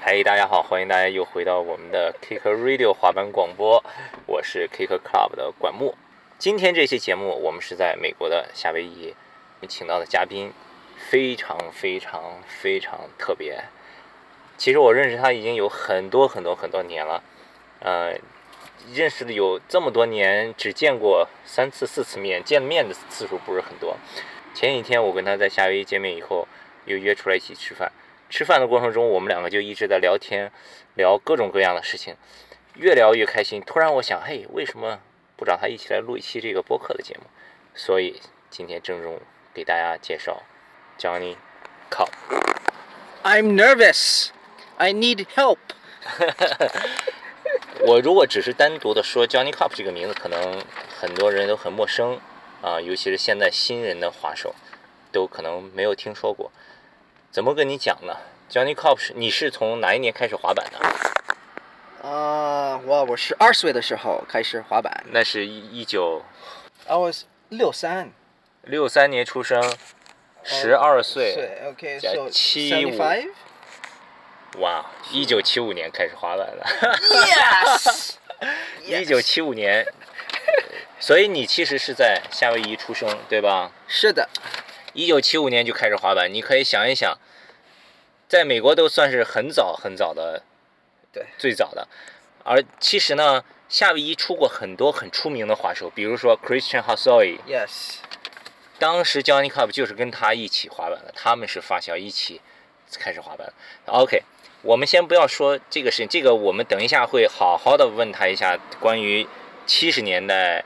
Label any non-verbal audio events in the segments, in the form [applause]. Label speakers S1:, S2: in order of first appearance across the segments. S1: 嘿大家好，欢迎大家又回到我们的 Kicker Radio 滑板广播，我是 Kicker Club 的管木。今天这期节目，我们是在美国的夏威夷，我们请到的嘉宾非常非常非常特别。其实我认识他已经有很多很多很多年了，呃，认识的有这么多年，只见过三次四次面，见面的次数不是很多。前几天我跟他在夏威夷见面以后，又约出来一起吃饭。吃饭的过程中，我们两个就一直在聊天，聊各种各样的事情，越聊越开心。突然我想，嘿，为什么不找他一起来录一期这个播客的节目？所以今天郑重给大家介绍 Johnny Cobb。
S2: I'm nervous. I need help.
S1: 我如果只是单独的说 Johnny Cup 这个名字，可能很多人都很陌生啊、尤其是现在新人的滑手，都可能没有听说过。怎么跟你讲呢？Johnny Cup 是你是从哪一年开始滑板的？
S2: 啊，我我是二岁的时候开始滑板。
S1: 那是一一九
S2: I was 六三
S1: 六三年出生，哦十二岁，
S2: 岁，OK，
S1: 加
S2: so
S1: 75
S2: seventy five.
S1: 哇，一九七五年开始滑板的，
S2: [laughs] Yes.
S1: 一九七五 [laughs] 年，所以你其实是在夏威夷出生，对吧？
S2: 是的，
S1: 一九七五年就开始滑板，你可以想一想，在美国都算是很早很早的，
S2: 对，
S1: 最早的。而其实呢，夏威夷出过很多很出名的滑手，比如说 Christian Hasoi，
S2: Yes.
S1: 当时 Johnny Cup 就是跟他一起滑板的，他们是发小一起开始滑板的。OK，我们先不要说这个事情，这个我们等一下会好好的问他一下关于七十年代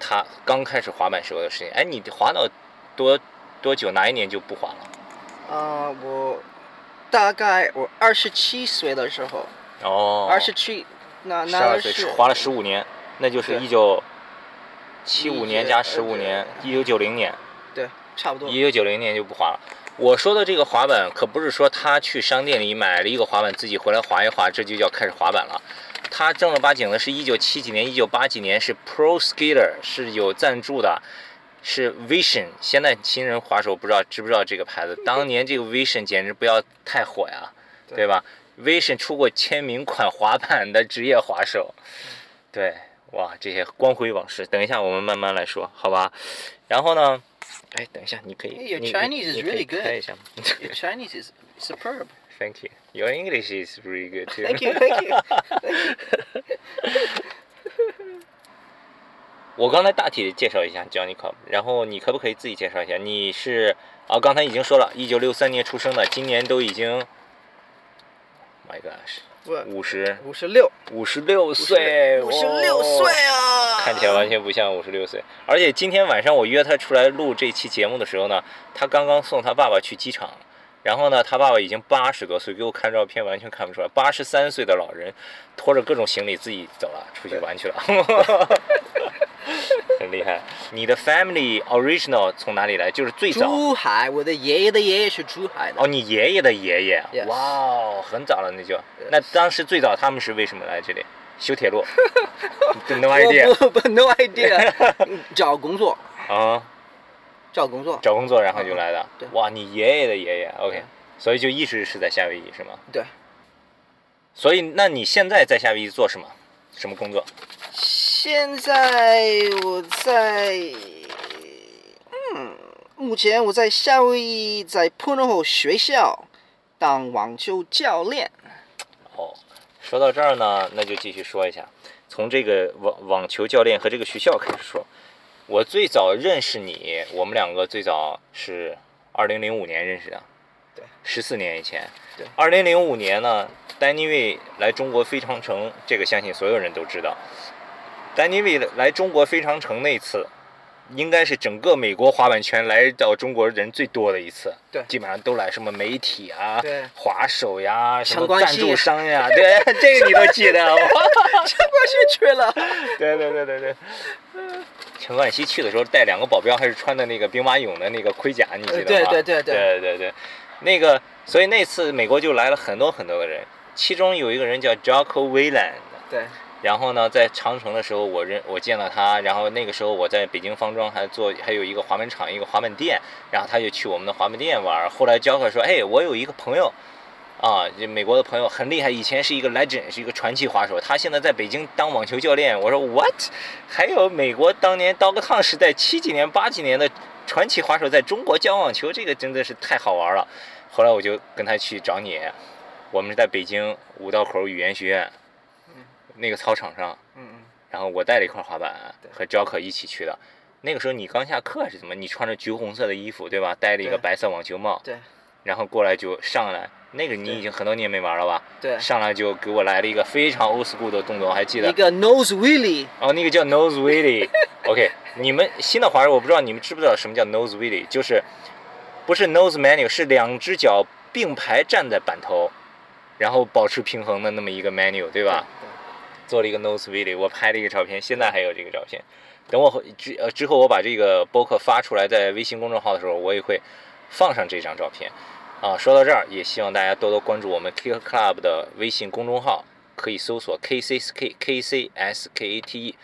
S1: 他刚开始滑板时候的事情。哎，你滑到多多久？哪一年就不滑了？
S2: 啊，我大概我二十七岁的时候，
S1: 哦
S2: 二十七，那
S1: 十
S2: 那
S1: 二
S2: 二
S1: 岁
S2: 十
S1: 是滑了十五年，那就是
S2: 对
S1: 一九七五年加
S2: 呃
S1: 十五
S2: 对
S1: 年，一九九零年。
S2: 对，差不多。
S1: 一九九零年就不滑了。我说的这个滑板，可不是说他去商店里买了一个滑板，自己回来滑一滑，这就叫开始滑板了。他正儿八经的是一九七几年、一九八几年是 Pro Skater，是有赞助的，是 Vision。现在新人滑手不知道知不知道这个牌子？当年这个 Vision 简直不要太火呀，
S2: 对
S1: 对吧？Vision 出过签名款滑板的职业滑手，对，哇，这些光辉往事，等一下我们慢慢来说，好吧？然后呢？哎，等一下，你可以
S2: Hey, your
S1: 你你
S2: Chinese is
S1: 你可以
S2: really good.
S1: 开一下吗 [laughs]
S2: Your Chinese is superb.
S1: Thank you. Your English is really good too.
S2: Thank you, thank you.
S1: [laughs] 我刚才大体地介绍一下 Johnny Cobb，然后你可不可以自己介绍一下？你是啊，刚才已经说了，一九六三年出生的，今年都已经，My gosh，
S2: 我
S1: 五十
S2: 五十六，
S1: 五十六岁，
S2: 五十六岁
S1: 哦
S2: 啊！
S1: 看起来完全不像五十六岁。而且今天晚上我约他出来录这期节目的时候呢，他刚刚送他爸爸去机场，然后呢，他爸爸已经八十多岁，给我看照片完全看不出来，八十三岁的老人拖着各种行李自己走了，出去玩去了， [laughs] 很厉害。你的 family original 从哪里来？就是最早。
S2: 珠海，我的爷爷的爷爷是珠海的。
S1: 哦，你爷爷的爷爷
S2: Yes
S1: 哇哦，很早了那就。那当时最早他们是为什么来这里？修铁
S2: [laughs]
S1: 路，no idea [laughs]
S2: 我不不，no idea，找工作，
S1: 啊。
S2: 找工作，
S1: 找工作然后就来的。
S2: 对
S1: 哇，你爷爷的爷爷，OK，
S2: 对
S1: 所以就一直是在夏威夷是吗？
S2: 对。
S1: 所以，那你现在在夏威夷做什么？什么工作？
S2: 现在我在，嗯，目前我在夏威夷，在 p u n o 学校当网球教练。
S1: 哦，说到这儿呢，那就继续说一下，从这个网网球教练和这个学校开始说。我最早认识你，我们两个最早是二零零五年认识的，
S2: 对，
S1: 十四年以前。
S2: 对
S1: 二零零五年呢，丹尼卫来中国飞长城，这个相信所有人都知道。丹尼卫来中国飞长城那次，应该是整个美国滑板圈来到中国人最多的一次，
S2: 对
S1: 基本上都来什么媒体啊，
S2: 对
S1: 滑手呀，什
S2: 相
S1: 么
S2: 关
S1: 赞
S2: 系啊
S1: 助商呀， [laughs] 对，这个你都记
S2: [laughs]
S1: 得。
S2: 这关系去了，
S1: 对对对对对。陈冠希去的时候带两个保镖，还是穿的那个兵马俑的那个盔甲，你记得吗？
S2: 呃对对对对
S1: 对对对那个，所以那次美国就来了很多很多的人，其中有一个人叫 Jocko Willand。
S2: 对，
S1: 然后呢，在长城的时候，我认我见到他，然后那个时候我在北京方庄还做还有一个滑板场，一个滑板店，然后他就去我们的滑板店玩儿。后来 Jocko 说：“哎，我有一个朋友，啊，这美国的朋友很厉害，以前是一个 legend，是一个传奇滑手，他现在在北京当网球教练。我说 what？还有美国当年 Dog Kong 时代七几年八几年的传奇滑手在中国教网球，这个真的是太好玩了。后来我就跟他去找你，我们是在北京五道口语言学院那个操场上，
S2: 嗯嗯，
S1: 然后我带了一块滑板
S2: 对
S1: 和 Joker 一起去的。那个时候你刚下课是怎么？你穿着橘红色的衣服对吧？戴了一个
S2: 对
S1: 白色网球帽，
S2: 对
S1: 然后过来就上来。那个你
S2: 对
S1: 已经很多年没玩了吧？
S2: 对，
S1: 上来就给我来了一个非常 old school 的动作，我还记得
S2: 一。个 nose wheelie，
S1: 哦，那个叫 nose wheelie。OK，你 [laughs] 们新的滑手我不知道你们知不知道什么叫 nose wheelie，就是不是 nose manual，是两只脚并排站在板头，然后保持平衡的那么一个 manual，对
S2: 对
S1: 吧？？做了一个 nose video，我拍了一个照片，现在还有这个照片。等我回之呃之后，我把这个播客发出来，在微信公众号的时候，我也会放上这张照片。啊，说到这儿，也希望大家多多关注我们 Kick Club 的微信公众号，可以搜索 K C S K K C S K A T E，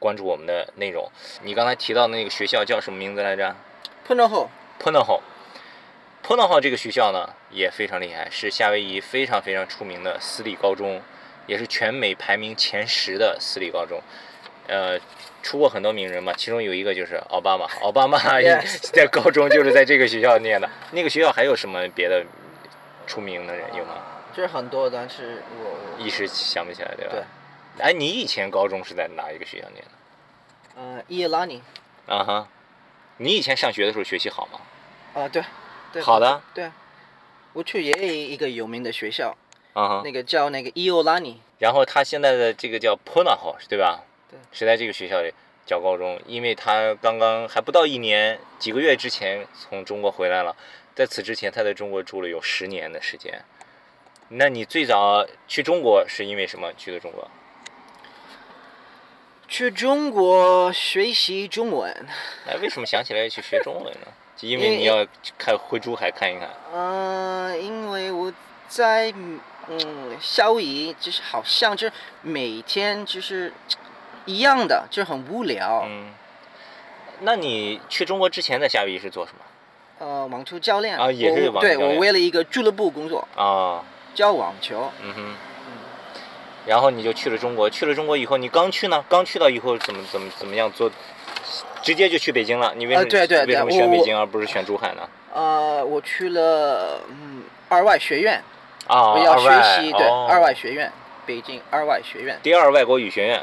S1: 关注我们的内容。你刚才提到的那个学校叫什么名字来着？
S2: 碰到后，
S1: p o n o h o p o n o h o 这个学校呢也非常厉害，是夏威夷非常非常出名的私立高中，也是全美排名前十的私立高中。呃，出过很多名人嘛，其中有一个就是奥巴 [laughs] 马，奥巴马
S2: Yes
S1: 在高中就是在这个学校念的。那个学校还有什么别的出名的人有吗？
S2: 就是很多，但是我我
S1: 哎一时想不起来，对吧？
S2: 对，
S1: 哎，你以前高中是在哪一个学校念的？
S2: 呃伊拉尼，
S1: 啊哈，你以前上学的时候学习好吗？
S2: 啊对，对
S1: 好的，
S2: 对，我去也有一个有名的学校，
S1: 啊哈。
S2: 那个叫那个伊欧拉尼，
S1: 然后他现在的这个叫 Pona House，对吧？
S2: 对
S1: 是在这个学校里教高中，因为他刚刚还不到一年，几个月之前从中国回来了，在此之前他在中国住了有十年的时间。那你最早去中国是因为什么？去的中国？
S2: 去中国学习中文，
S1: 哎，为什么想起来要去学中文呢？就因
S2: 因
S1: 为
S2: 为
S1: 你要看回珠海看一看。
S2: 呃，因为我在嗯夏威夷，就是好像就是每天就是一样的，就是很无聊。
S1: 嗯，那你去中国之前在夏威夷是做什么？
S2: 呃，网球教练
S1: 啊也是网
S2: 我
S1: 球
S2: 对
S1: 教练
S2: 我为了一个俱乐部工作，
S1: 啊、
S2: 教网球。
S1: 嗯哼，然后你就去了中国，去了中国以后，你刚去呢，刚去到以后怎么怎么怎么样做，直接就去北京了。你为什么、
S2: 啊对对对
S1: 为什么选
S2: 我
S1: 北京而不是选珠海呢？
S2: 呃，我去了嗯二外学院，
S1: 啊，
S2: 我要
S1: 二
S2: 学
S1: 外
S2: 习对
S1: 哦
S2: 二外学院，北京二外学院
S1: 第二外国语学院，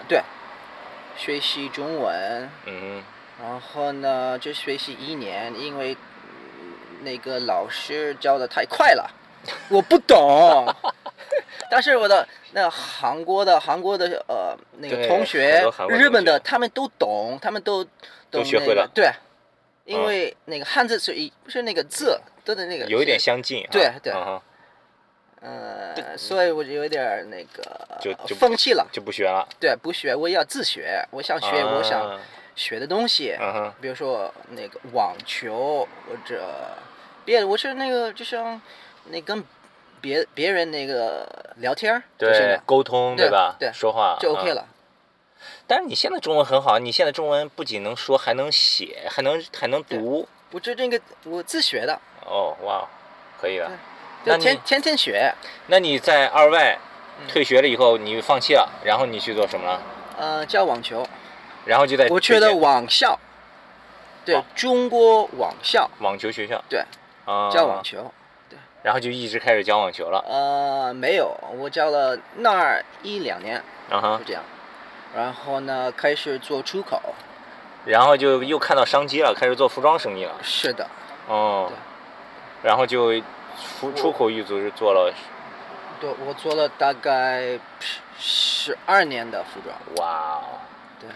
S2: 学习中文，
S1: 嗯
S2: 然后呢就学习一年，因为嗯那个老师教的太
S1: [laughs]
S2: 快了，我不懂。但是我的那韩国的韩国的呃那个
S1: 对
S2: 同
S1: 很
S2: 学
S1: 多韩，国
S2: 日本
S1: 同
S2: 的
S1: 学
S2: 他们都懂，他们都懂、
S1: 都
S2: 那个、
S1: 学会了
S2: 对，因为那个汉字是一不是那个字都的那个
S1: 哼，有一点
S2: 是
S1: 相近啊。
S2: 对对
S1: 嗯哼
S2: 呃，所以我就有点儿那个
S1: 就就
S2: 放弃了，
S1: 就不学了。
S2: 对，不学，我要自学，我想学
S1: 啊
S2: 我想学的东西，
S1: 嗯哼，
S2: 比如说那个网球或者别的，我是那个就像那跟别别人那个聊天儿就行
S1: 对
S2: 了，
S1: 沟通
S2: 对
S1: 吧？
S2: 对
S1: 说话
S2: 就 OK。
S1: 嗯
S2: 了。
S1: 但是你现在中文很好，你现在中文不仅能说，还能写，还能还能读。
S2: 我就这个我自学的，
S1: 哦，哇，可以了
S2: 对。
S1: 那
S2: 就
S1: 你
S2: 天天天学。
S1: 那你在二外
S2: 嗯
S1: 退学了以后，你放弃了，然后你去做什么了？
S2: 呃，教网球，
S1: 然后就在
S2: 我去
S1: 北
S2: 的
S1: 京
S2: 网校，对
S1: 网，
S2: 中国网校
S1: 网球学校，
S2: 对，
S1: 啊、
S2: 教网，球。
S1: 然后就一直开始教网球了，
S2: 呃，没有，我教了那儿一两年，
S1: 啊哈
S2: 就，这样。然后呢，开始做出口，
S1: 然后就又看到商机了，开始做服装生意了，
S2: 是的，
S1: 哦
S2: 对，
S1: 然后就出出口一族就做了，
S2: 对，我做了大概十二年的服装。
S1: 哇哦，
S2: 对，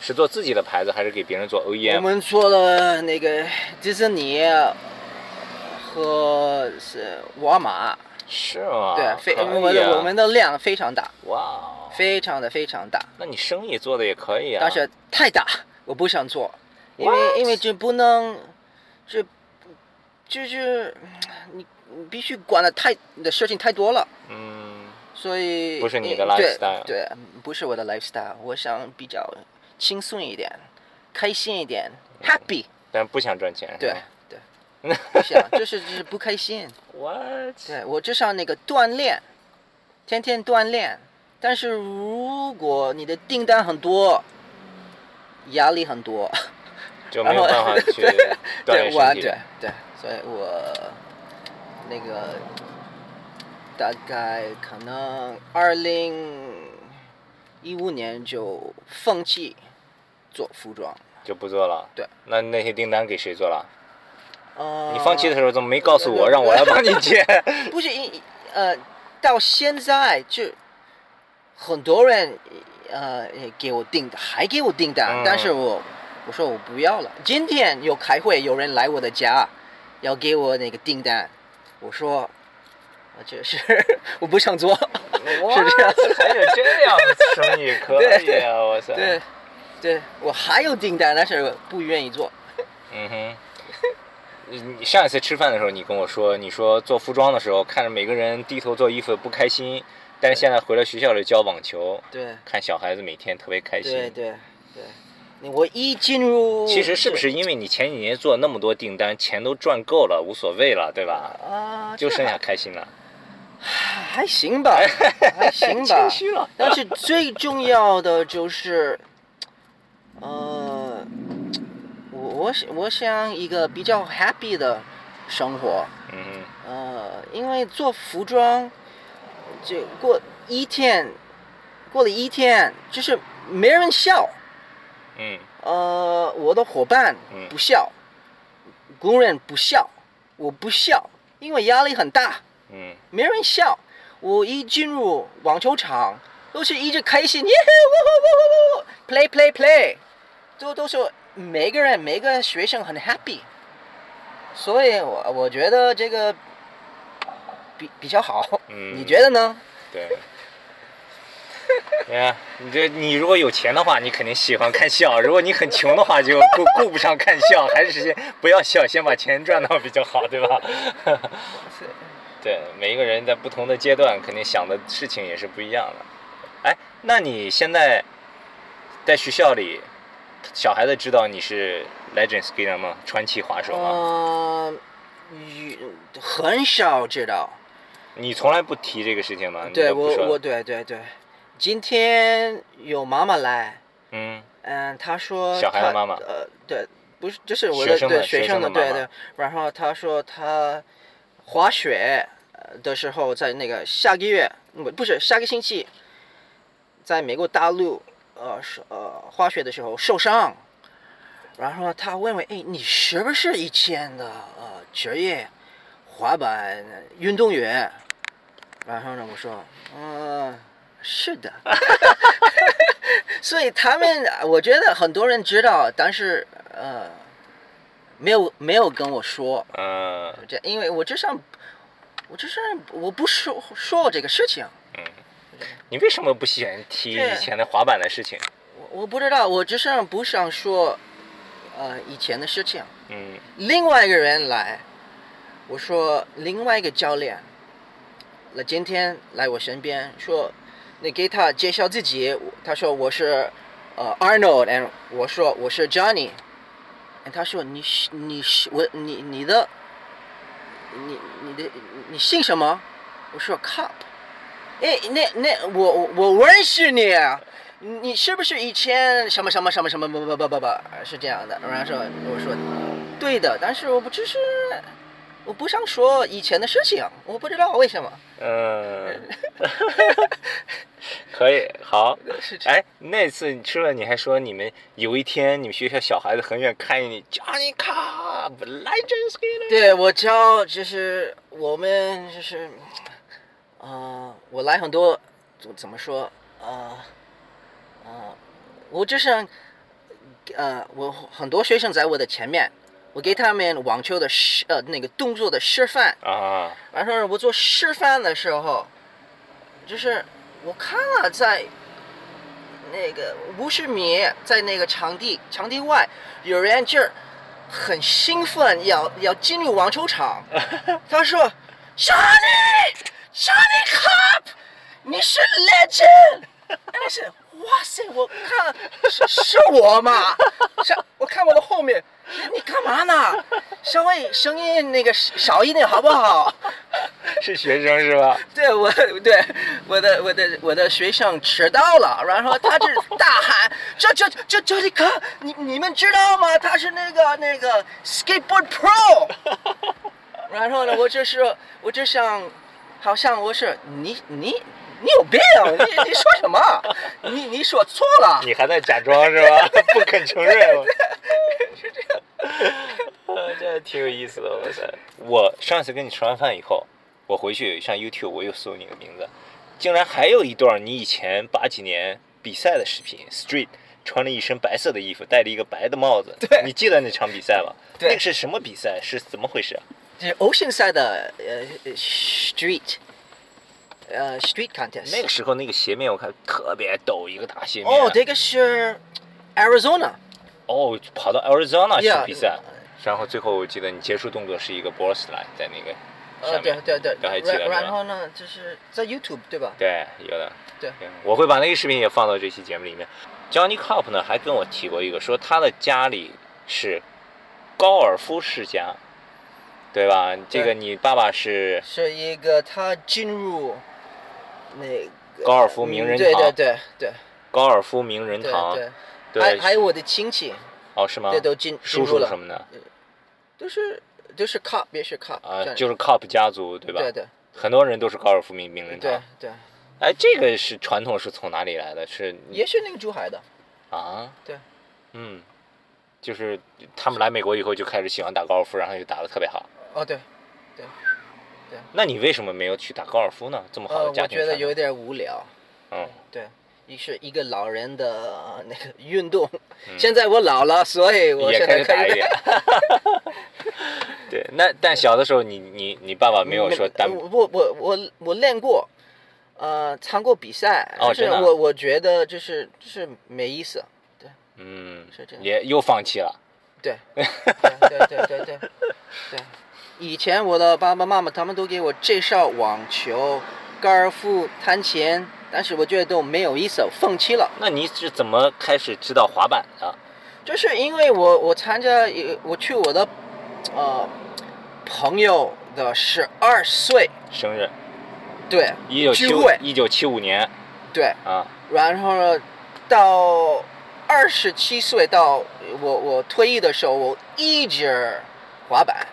S1: 是做自己的牌子还是给别人做 E
S2: 我
S1: OEM？
S2: 们做了那个迪士尼和是沃尔玛，
S1: 是吗？
S2: 对，非
S1: 啊可以啊
S2: 我们的我们的量非常大，
S1: 哇哦，
S2: 非常的非常大，
S1: 那你生意做的也可以啊，
S2: 但是太大，我不想做，因为
S1: What？
S2: 因为这不能，这就是你你必须管的太你的事情太多了。
S1: 嗯，
S2: 所以
S1: 不是你
S2: 因
S1: 的
S2: 对
S1: lifestyle
S2: 对，嗯不是我的 lifestyle，我想比较轻松一点，开心一点，happy，
S1: 嗯但不想赚钱，是
S2: 对
S1: 吧
S2: 对，
S1: [laughs]
S2: 不想，就是就是不开心。
S1: What？
S2: 对我就像那个锻炼，天天锻炼，但是如果你的订单很多，压力很多，
S1: 就没有办法去锻
S2: [laughs] 对
S1: 炼，
S2: 我
S1: 身体
S2: 对。对，所以我那个大概可能二零一五年就放弃做服装。
S1: 就不做了。
S2: 对，
S1: 那那些订单给谁做了？
S2: 呃，
S1: 你放弃的时候怎么没告诉
S2: 呃
S1: 我，让我来帮你
S2: [laughs]
S1: 接？ [laughs]
S2: 不是因呃，到现在就很多人呃也给我订还给我订单，
S1: 嗯
S2: 但是我我说我不要了。今天有开会，有人来我的家要给我那个订单，我说我这是 [laughs] 我不想做，是这样。
S1: 还有这样的生意，可以啊！我操。
S2: 对，对我还有订单，但是我不愿意做。
S1: 嗯哼。你你上一次吃饭的时候，你跟我说，你说做服装的时候，看着每个人低头做衣服不开心，但是现在回了学校里教网球，
S2: 对
S1: 看小孩子每天特别开心。
S2: 对对对，我一进入
S1: 其实是不是因为你前几年做那么多订单，钱都赚够了，无所谓了，对吧？
S2: 啊，
S1: 就
S2: 这
S1: 剩下开心了，
S2: 还
S1: [laughs]
S2: 行吧，还行吧
S1: 谦。虚了。
S2: [laughs] 但是最重要的就是，呃，我我想我想一个比较 happy 的生活，
S1: 嗯
S2: 呃，因为做服装，就过一天，过了一天，就是没人笑，
S1: 哼嗯
S2: 呃，我的伙伴
S1: 嗯
S2: 不笑，工人不笑，我不笑，因为压力很大。
S1: 嗯，
S2: 没人笑。我一进入网球场，都是一直开心，耶呼呼呼呼呼，play play play，都都是每个人每个学生很 happy，所以我我觉得这个比比较好，
S1: 嗯
S2: 你觉得呢？
S1: 对。你看，你这你如果有钱的话，你肯定喜欢看笑；如果你很穷的话，就顾顾不上看笑，还是先不要笑，先把钱赚到比较好，对吧？对，每一个人在不同的阶段，肯定想的事情也是不一样的。哎，那你现在在学校里，小孩子知道你是 Legend Skater 吗？传奇滑手吗？
S2: 嗯、与很少知道，
S1: 你从来不提这个事情吗？你
S2: 对
S1: 都不
S2: 我
S1: 说
S2: 我对对对，今天有妈妈来，
S1: 嗯
S2: 嗯，他说
S1: 小孩的
S2: 他
S1: 妈妈
S2: 呃，对，不是，就是我
S1: 学
S2: 的
S1: 生
S2: 对
S1: 的学
S2: 生
S1: 生的妈
S2: 对
S1: 妈
S2: 对。然后他说他滑雪呃的时候，在那个下个月，不不是下个星期，在美国大陆呃是呃滑雪的时候受伤，然后他问我，哎，你是不是以前的呃职业滑板运动员？然后呢，我说，嗯、是的。所以他们，我觉得很多人知道，但是呃，没有没有跟我说，
S1: 嗯
S2: 这因为我就想，我就是我不说说这个事情，
S1: 嗯，你为什么不喜欢提
S2: 对
S1: 以前的滑板的事情？
S2: 我我不知道，我就是不想说，呃，以前的事情。
S1: 嗯
S2: 另外一个人来，我说另外一个教练，那今天来我身边说，你给他介绍自己，我他说我是呃 Arnold，and 我说我是 Johnny，And 他说你是你是我你你的，你你的你姓什么？我说 Cup，哎那那我我我认识你啊。你是不是以前什么什么什么什么不不不不不是这样的？然后说我说对的，但是我不只是我不想说以前的事情，我不知道为什么
S1: 嗯， [laughs] 可以好。
S2: 是这样。
S1: 哎，那次你吃了，你还说你们有一天你们学校小孩子很远看见你，Johnny Cup Legend Skater。
S2: 对我教就是我们就是，呃，我来很多怎怎么说呃，呃，我就像呃，我很多学生在我的前面，我给他们网球的示呃那个动作的示范，
S1: 啊， [laughs]
S2: 然后我做示范的时候，就是我看了在那个五十米，在那个场地场地外，有人就是很兴奋，要要进入网球场。他说：“小李，小李 Cup，你是 legend。”但是，哇塞！我看是是我吗？是，我看我的后面你干嘛呢？稍微声音那个少一点好不好？
S1: 是学生是吧？
S2: 对我，对我的我的我的学生迟到了，然后他
S1: [laughs]
S2: 是大喊：“这这这这里可你你们知道吗？他是那个那个 skateboard pro。”
S1: [laughs]
S2: 然后呢，我就是我就想，好像我是你你你有病，你你说什么？你你说错了。
S1: 你还在假装是
S2: [laughs]
S1: 吧？不肯承认吗？呃 [laughs] 这挺有意思的，我操！我上次跟你吃完饭以后，我回去上 YouTube 我又搜你的名字，竟然还有一段你以前八几年比赛的视频，Street 穿着一身白色的衣服，戴着一个白的帽子。
S2: 对
S1: 你记得那场比赛吗？
S2: 对
S1: 那个是什么比赛？是怎么回事啊？
S2: 这是 Oceanside 的呃呃 street，呃 street contest。
S1: 那个时候那个鞋面我看特别陡，一个大鞋面。
S2: 哦，这个是 Arizona。
S1: 哦，跑到 Arizona 去
S2: Yeah，
S1: 比赛。然后最后我记得你结束动作是一个 b o r s l i 在那个
S2: 呃，
S1: 上
S2: 对
S1: 面。
S2: 对对，
S1: 都还记得
S2: 然
S1: 是吧
S2: 然后呢，就是在 YouTube 对吧？
S1: 对，有的。
S2: 对
S1: 我会把那个视频也放到这期节目里面。Johnny Cop 呢还跟我提过一个，说他的家里是高尔夫世家，对吧？这个你爸爸是
S2: 是一个他进入那个
S1: 高尔夫名人堂
S2: 嗯对对对对
S1: 高尔夫名人
S2: 对
S1: 堂，
S2: 对，
S1: 对
S2: 还还有我的亲戚，
S1: 哦是吗？
S2: 这都进进
S1: 叔
S2: 入
S1: 叔
S2: 了
S1: 什，么的
S2: 都是都是 cop，也是 cop，
S1: 啊
S2: 这，样
S1: 就是 Cop 家族对吧？嗯
S2: 对对
S1: 很多人都是高尔夫名名人
S2: 对
S1: 堂。
S2: 对，
S1: 哎，这个是传统是从哪里来的？是你
S2: 也是那个珠海的，
S1: 啊？
S2: 对，
S1: 嗯，就是他们来美国以后就开始喜欢打高尔夫，然后就打得特别好。
S2: 哦对，
S1: 那你为什么没有去打高尔夫呢？这么好
S2: 呃，
S1: 的家
S2: 我
S1: 庭
S2: 觉得
S1: 传统
S2: 有点无聊，
S1: 嗯，
S2: 对。一是一个老人的呃那个运动，现在我老了，所以我
S1: 嗯也
S2: 现
S1: 开
S2: 在
S1: 始
S2: 可
S1: 打一
S2: 以
S1: 点。 [laughs] 对，那但小的时候你你你爸爸没有说单
S2: 呃我我我我我练过，呃，参过比赛，
S1: 哦
S2: 但是
S1: 真的啊
S2: 我我觉得就是就是没意思，对
S1: 嗯
S2: 是这，样
S1: 也又放弃了。 [laughs]
S2: 对对对对对对对。以前我的爸爸妈妈他们都给我介绍网球、高尔夫、弹琴，但是我觉得都没有意思，放弃了。
S1: 那你是怎么开始知道滑板的？
S2: 就是因为我我参加一我去我的呃朋友的十二岁，
S1: 生日，
S2: 对
S1: 一九
S2: 聚
S1: 七五
S2: 会
S1: 一九七五年
S2: 对，
S1: 啊，
S2: 然后呢，到二十七岁到我我退役的时候，我一直滑板，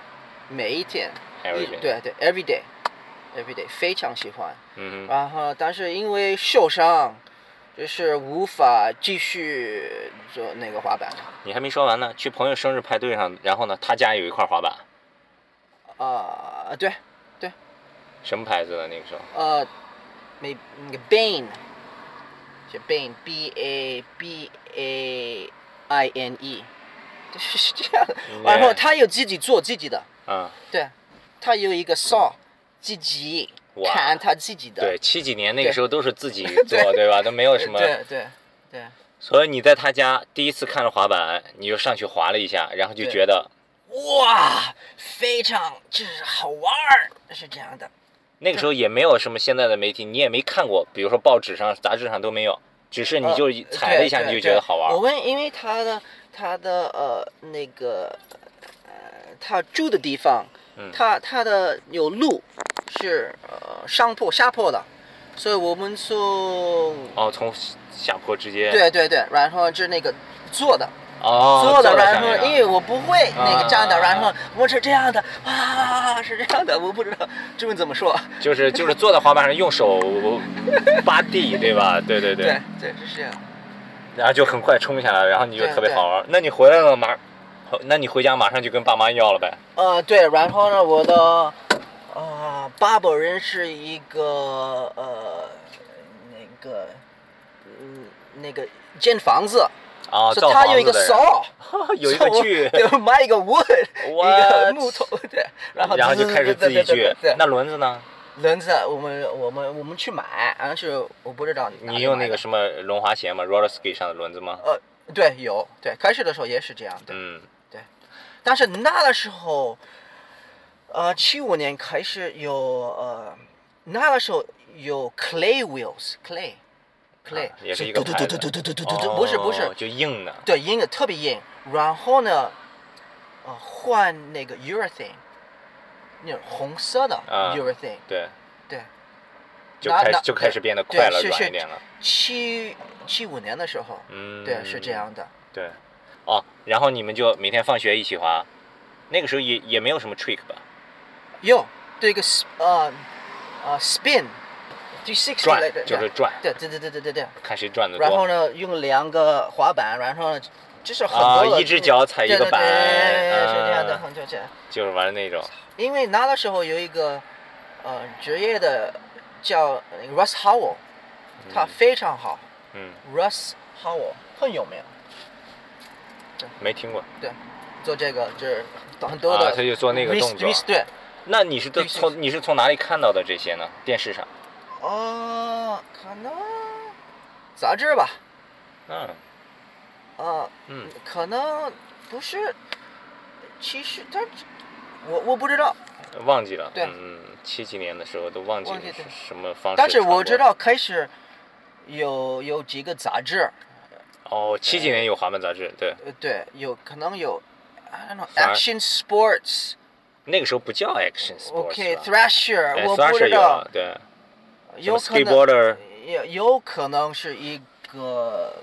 S2: 每一天，一
S1: everything，，
S2: 对对，every day，every day 非常喜欢。
S1: 嗯哼，
S2: 然后但是因为受伤，就是无法继续做那个滑板。
S1: 你还没说完呢。去朋友生日派对上，然后呢，他家有一块滑板，
S2: 啊、对，
S1: 什么牌子的那个时候？
S2: 呃，没那个 Bane，是 Bane，B A B A I N E，就是 [laughs] 这样。然后他有自己做自己的，
S1: 嗯，
S2: 对，他有一个 saw，自己
S1: 哇
S2: 砍他自己的，
S1: 对，七几年那个
S2: 对
S1: 时候都是
S2: [laughs]
S1: 自己做，对吧？都没有什么。
S2: 对对对
S1: 所以你在他家第一次看着滑板，你就上去滑了一下，然后就
S2: 对
S1: 觉得
S2: 哇，非常就是好玩儿，是这样的，
S1: 那个时候也没有什么现在的媒体，你也没看过，比如说报纸上、杂志上都没有，只是你就踩了一下，
S2: 呃对
S1: 你就
S2: 对
S1: 觉得
S2: 对
S1: 好玩
S2: 我。问，因为他的他的呃那个呃他住的地方，
S1: 嗯
S2: 他他的有路是呃上坡下坡的，所以我们说。
S1: 哦，从下坡直接
S2: 对对对，然后就是那个坐的，
S1: 哦，
S2: 坐的，
S1: 坐在
S2: 然
S1: 下面
S2: 后因
S1: 啊
S2: 为我不会那个站的，
S1: 啊
S2: 然后我是这样的，啊，是这样的，我不知道中文怎么说。
S1: 就是就是坐在滑板上用
S2: [laughs]
S1: 手扒地，对吧？对对对，
S2: 对对，是这样。
S1: 然后就很快冲下来，然后你就
S2: 对
S1: 特别
S2: 对
S1: 好玩。那你回来了马，那你回家马上就跟爸妈要了呗？
S2: 呃，对，然后呢，我的呃，巴伯人是一个呃那个嗯那个建房子，
S1: 啊，
S2: 是
S1: 造
S2: 他
S1: 房
S2: 有一
S1: 子 [laughs]
S2: 个
S1: 的人
S2: saw，
S1: [laughs] 有一
S2: [laughs]
S1: 个
S2: saw，
S1: 锯，
S2: 对，买一
S1: [laughs]
S2: 个 wood，一
S1: What？
S2: 个木头，对，然后
S1: 然后就
S2: 滋
S1: 开始自己
S2: 对对
S1: 锯
S2: 对对。
S1: 那轮子呢？
S2: 轮子，我们我们我们去买，好像是我不知道哪里
S1: 你用
S2: 买
S1: 那个
S2: 的
S1: 什么轮滑鞋吗？roller skate 上的轮子吗？
S2: 呃，对，有对，开始的时候也是这样，对。
S1: 嗯，
S2: 但是那个时候，呃，七五年开始有呃，那个时候有 clay wheels，clay。clay
S1: 啊也是一个
S2: 嘟嘟嘟
S1: 牌子
S2: 嘟嘟嘟嘟嘟嘟，不是不是
S1: 哦哦，就硬的。
S2: 对，硬的特别硬。然后呢，呃换那个 urethane，那种红色的
S1: 啊
S2: urethane，、
S1: 对，
S2: 对，
S1: 就
S2: 那
S1: 开
S2: 那
S1: 就开始变得
S2: 对
S1: 快了，
S2: 是
S1: 软
S2: 是
S1: 一点了。
S2: 七七五年的时候，
S1: 嗯，
S2: 对，是这。样的。
S1: 对，哦，然后你们就每天放学一起滑，那个时候也也没有什么 trick 吧？
S2: 有对一个 s- 呃呃 spin，第 six
S1: 转
S2: 来的，
S1: 就是转，
S2: 对对对对对对对。
S1: 看谁转的
S2: 然后
S1: 多。
S2: 呢，用两个滑板，然后呢，就是很
S1: 啊，
S2: 多的
S1: 一只脚踩一
S2: 对
S1: 个
S2: 对对
S1: 板，
S2: 是这样的，
S1: 啊
S2: 很就这样。
S1: 就是玩那种。
S2: 因为那个时候有一个呃职业的叫那个 Russ Howell，他非常好、
S1: 嗯，
S2: r u s s Howell 很有名，
S1: 没听过。
S2: 做这个就是很多的、
S1: 啊他就做那个
S2: res-
S1: 动作
S2: res- 对，
S1: 那你是都
S2: 对是
S1: 从你是从哪里看到的这些呢？电视上？
S2: 哦，可能杂志吧，
S1: 嗯
S2: 呃，
S1: 嗯
S2: 可能不是，其实他，我我不知道，
S1: 忘记了。
S2: 对
S1: 嗯，七几年的时候都忘记
S2: 忘记
S1: 是
S2: 对
S1: 什么方式传播。
S2: 但是我知道开始有有几个杂志，
S1: 哦，七几年有滑板杂志，对，
S2: 呃，对，有可能有，I don't
S1: 反而
S2: know，Action Sports。
S1: 那个时候不叫 Action Sports 吧。
S2: OK，Thrasher，、
S1: 哎
S2: 我
S1: Thrasher
S2: 不知
S1: 有
S2: 道
S1: 了，，对，什
S2: 有
S1: 么
S2: 可能
S1: Skateboarder，
S2: 有有可能是一个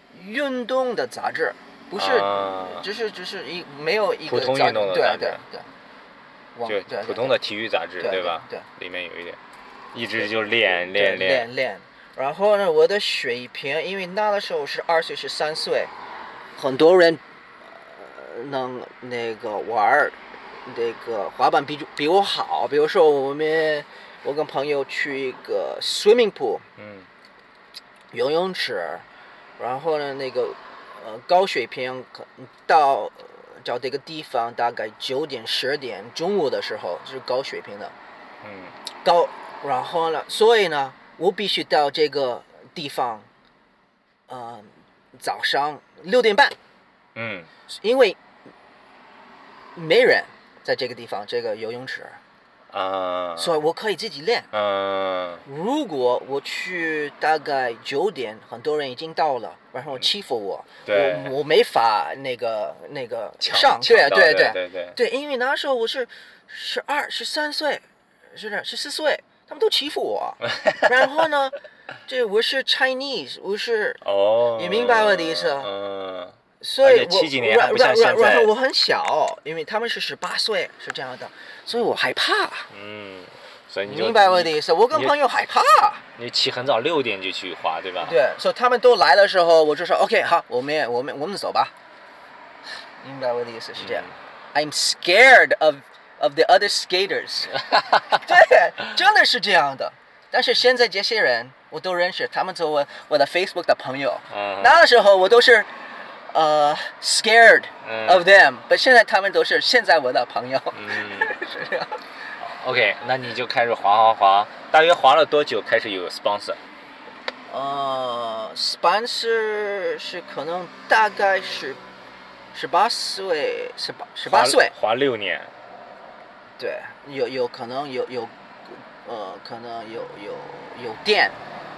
S2: 嗯运动的杂志，不是，
S1: 啊
S2: 只是只是一没有一
S1: 普
S2: 个
S1: 通
S2: 杂
S1: 运动的
S2: 对
S1: 杂志
S2: 对对，网
S1: 就
S2: 对对
S1: 普通的体育杂志，
S2: 对对
S1: 吧？
S2: 对，
S1: 里面有一点，一直就练
S2: 对
S1: 练
S2: 练
S1: 练，
S2: 练然后呢，我的水平，因为那个时候是二岁十三岁，很多人呃能那个玩儿那个滑板比比我好，比如说我们我跟朋友去一个 swimming pool。
S1: 嗯，
S2: 游泳池，然后呢，那个呃高水平可到到这个地方大概九点十点中午的时候就是高水平的
S1: 嗯，
S2: 高，然后呢，所以呢，我必须到这个地方，呃，早上六点半，
S1: 嗯，
S2: 因为没人在这个地方这个游泳池，
S1: 啊，
S2: 所以我可以自己练。
S1: 嗯，
S2: 如果我去大概九点，很多人已经到了，然后欺负我，
S1: 对
S2: 我我没法那个那个
S1: 抢
S2: 上，
S1: 抢
S2: 对
S1: 到
S2: 对
S1: 对
S2: 对
S1: 对对，
S2: 对，因为那时候我是十二、十三岁，是的，十四岁，他们都欺
S1: [laughs]
S2: 负我。然后呢，这我是 Chinese，我是，
S1: 哦，
S2: 你明白我的意思
S1: 嗯，
S2: 所以
S1: 而且
S2: 我
S1: 七几年还
S2: 然
S1: 不像
S2: 然
S1: 现
S2: 然然
S1: 在
S2: 后我很小，因为他们是十八岁，是这样的，所以我害怕。
S1: 嗯，所以你
S2: 你
S1: 就
S2: 明白我的意思？我跟
S1: 你
S2: 朋友害怕。
S1: 你起很早六点就去滑，对吧？，
S2: 对，所以他们都来的时候，我就说 OK，好，我们也我们我们走吧。明白我的意思是这样。I'm scared of of the other skaters 。对，真的是这样的。但是现在这些人我都认识，他们做我我的 Facebook 的朋友。
S1: 嗯，
S2: 那时候我都是呃 scared
S1: 嗯
S2: of them，but、现在他们都是现在我的朋友。 [laughs]
S1: 嗯
S2: 是这样。
S1: ，OK，那你就开始滑滑滑，大约滑了多久开始有 sponsor？
S2: 呃，sponsor 是可能大概是十八岁，十八十八岁，
S1: 滑六年，
S2: 对，有有可能有有，呃，可能有有有店，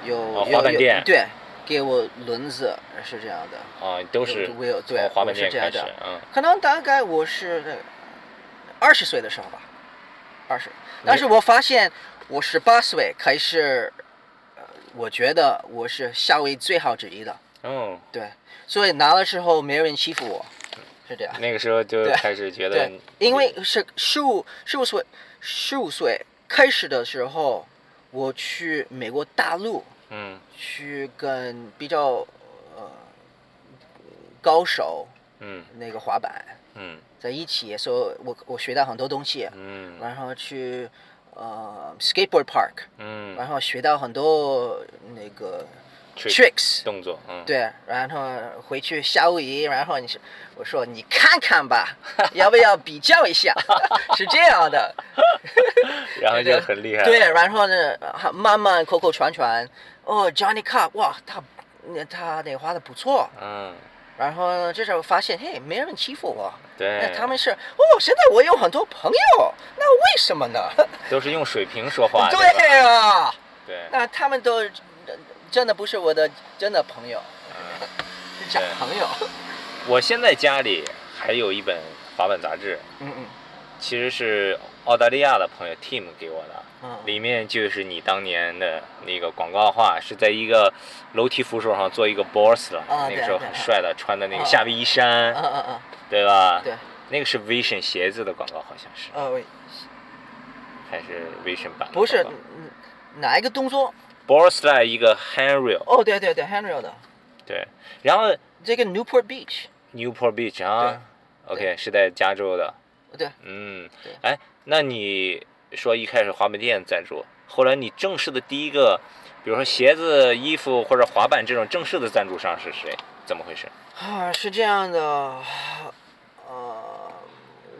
S2: 有、
S1: 哦
S2: 有
S1: 滑板
S2: 有
S1: 店
S2: 对，给我轮子是这样的，
S1: 啊，都是哦
S2: 我有对
S1: 从滑板
S2: 我是
S1: 店
S2: 这
S1: 开
S2: 样
S1: 始
S2: 的，
S1: 嗯，
S2: 可能大概我是二十岁的时候吧，二十，但是我发现我十八岁开始，呃，我觉得我是夏威夷最好之一的。
S1: 哦，
S2: 对，所以拿了之后没有人欺负我，是这样。
S1: 那个时候就
S2: 对
S1: 开始觉得
S2: 对，，因为是十五十五岁十五岁开始的时候，我去美国大陆
S1: 嗯
S2: 去跟比较呃高手
S1: 嗯
S2: 那个滑板
S1: 嗯
S2: 在一起，所以我我学到很多东西，
S1: 嗯
S2: 然后去呃 skateboard park，
S1: 嗯，
S2: 然后学到很多那个
S1: trick
S2: tricks，
S1: 动作，嗯，
S2: 对，然后回去夏威夷，然后你是我说你看看吧， [laughs] 要不要比较一下？ [laughs] 是这样的，
S1: 然后就很厉害，
S2: 对，，然后呢，还慢慢口口传传，哦，Johnny Cup，哇，他那他那画的不错，
S1: 嗯，
S2: 然后呢这时候发现，嘿，没人欺负我，那
S1: 对，
S2: 他们是哦，现在我有很多朋友，那为什么呢？
S1: 都是用水平说
S2: [laughs]
S1: 话，吧
S2: 对啊，
S1: 对，
S2: 那他们都真的不是我的真的朋友，是
S1: 嗯
S2: 假
S1: 对
S2: 朋友， [laughs]
S1: 我现在家里还有一本滑板杂志，
S2: 嗯嗯
S1: 其实是澳大利亚的朋友 Tim 给我的，
S2: 嗯，
S1: 里面就是你当年的那个广告画，是在一个楼梯扶手上做一个 boss 了，
S2: 啊
S1: 那
S2: 对
S1: 个
S2: 啊
S1: 时候
S2: 对啊
S1: 很帅的，穿的那个
S2: 啊
S1: 夏威夷衫，
S2: 嗯嗯嗯，
S1: 对吧？
S2: 对，
S1: 那个是 Vision 鞋子的广告，好像是，
S2: 呃，喂
S1: 还是 Vision 版的广告？
S2: 不是，嗯哪一个动作？
S1: Boss 来一个 Henry，
S2: 哦，对对对，Henry 的
S1: 对，然后
S2: 这个 Newport Beach，
S1: Newport Beach 啊，OK 是在加州的，
S2: 对，
S1: 嗯
S2: 对，
S1: 哎，那你说一开始滑板店赞助，后来你正式的第一个，比如说鞋子、衣服或者滑板这种正式的赞助商是谁？怎么回事？
S2: 啊，是这样的，呃，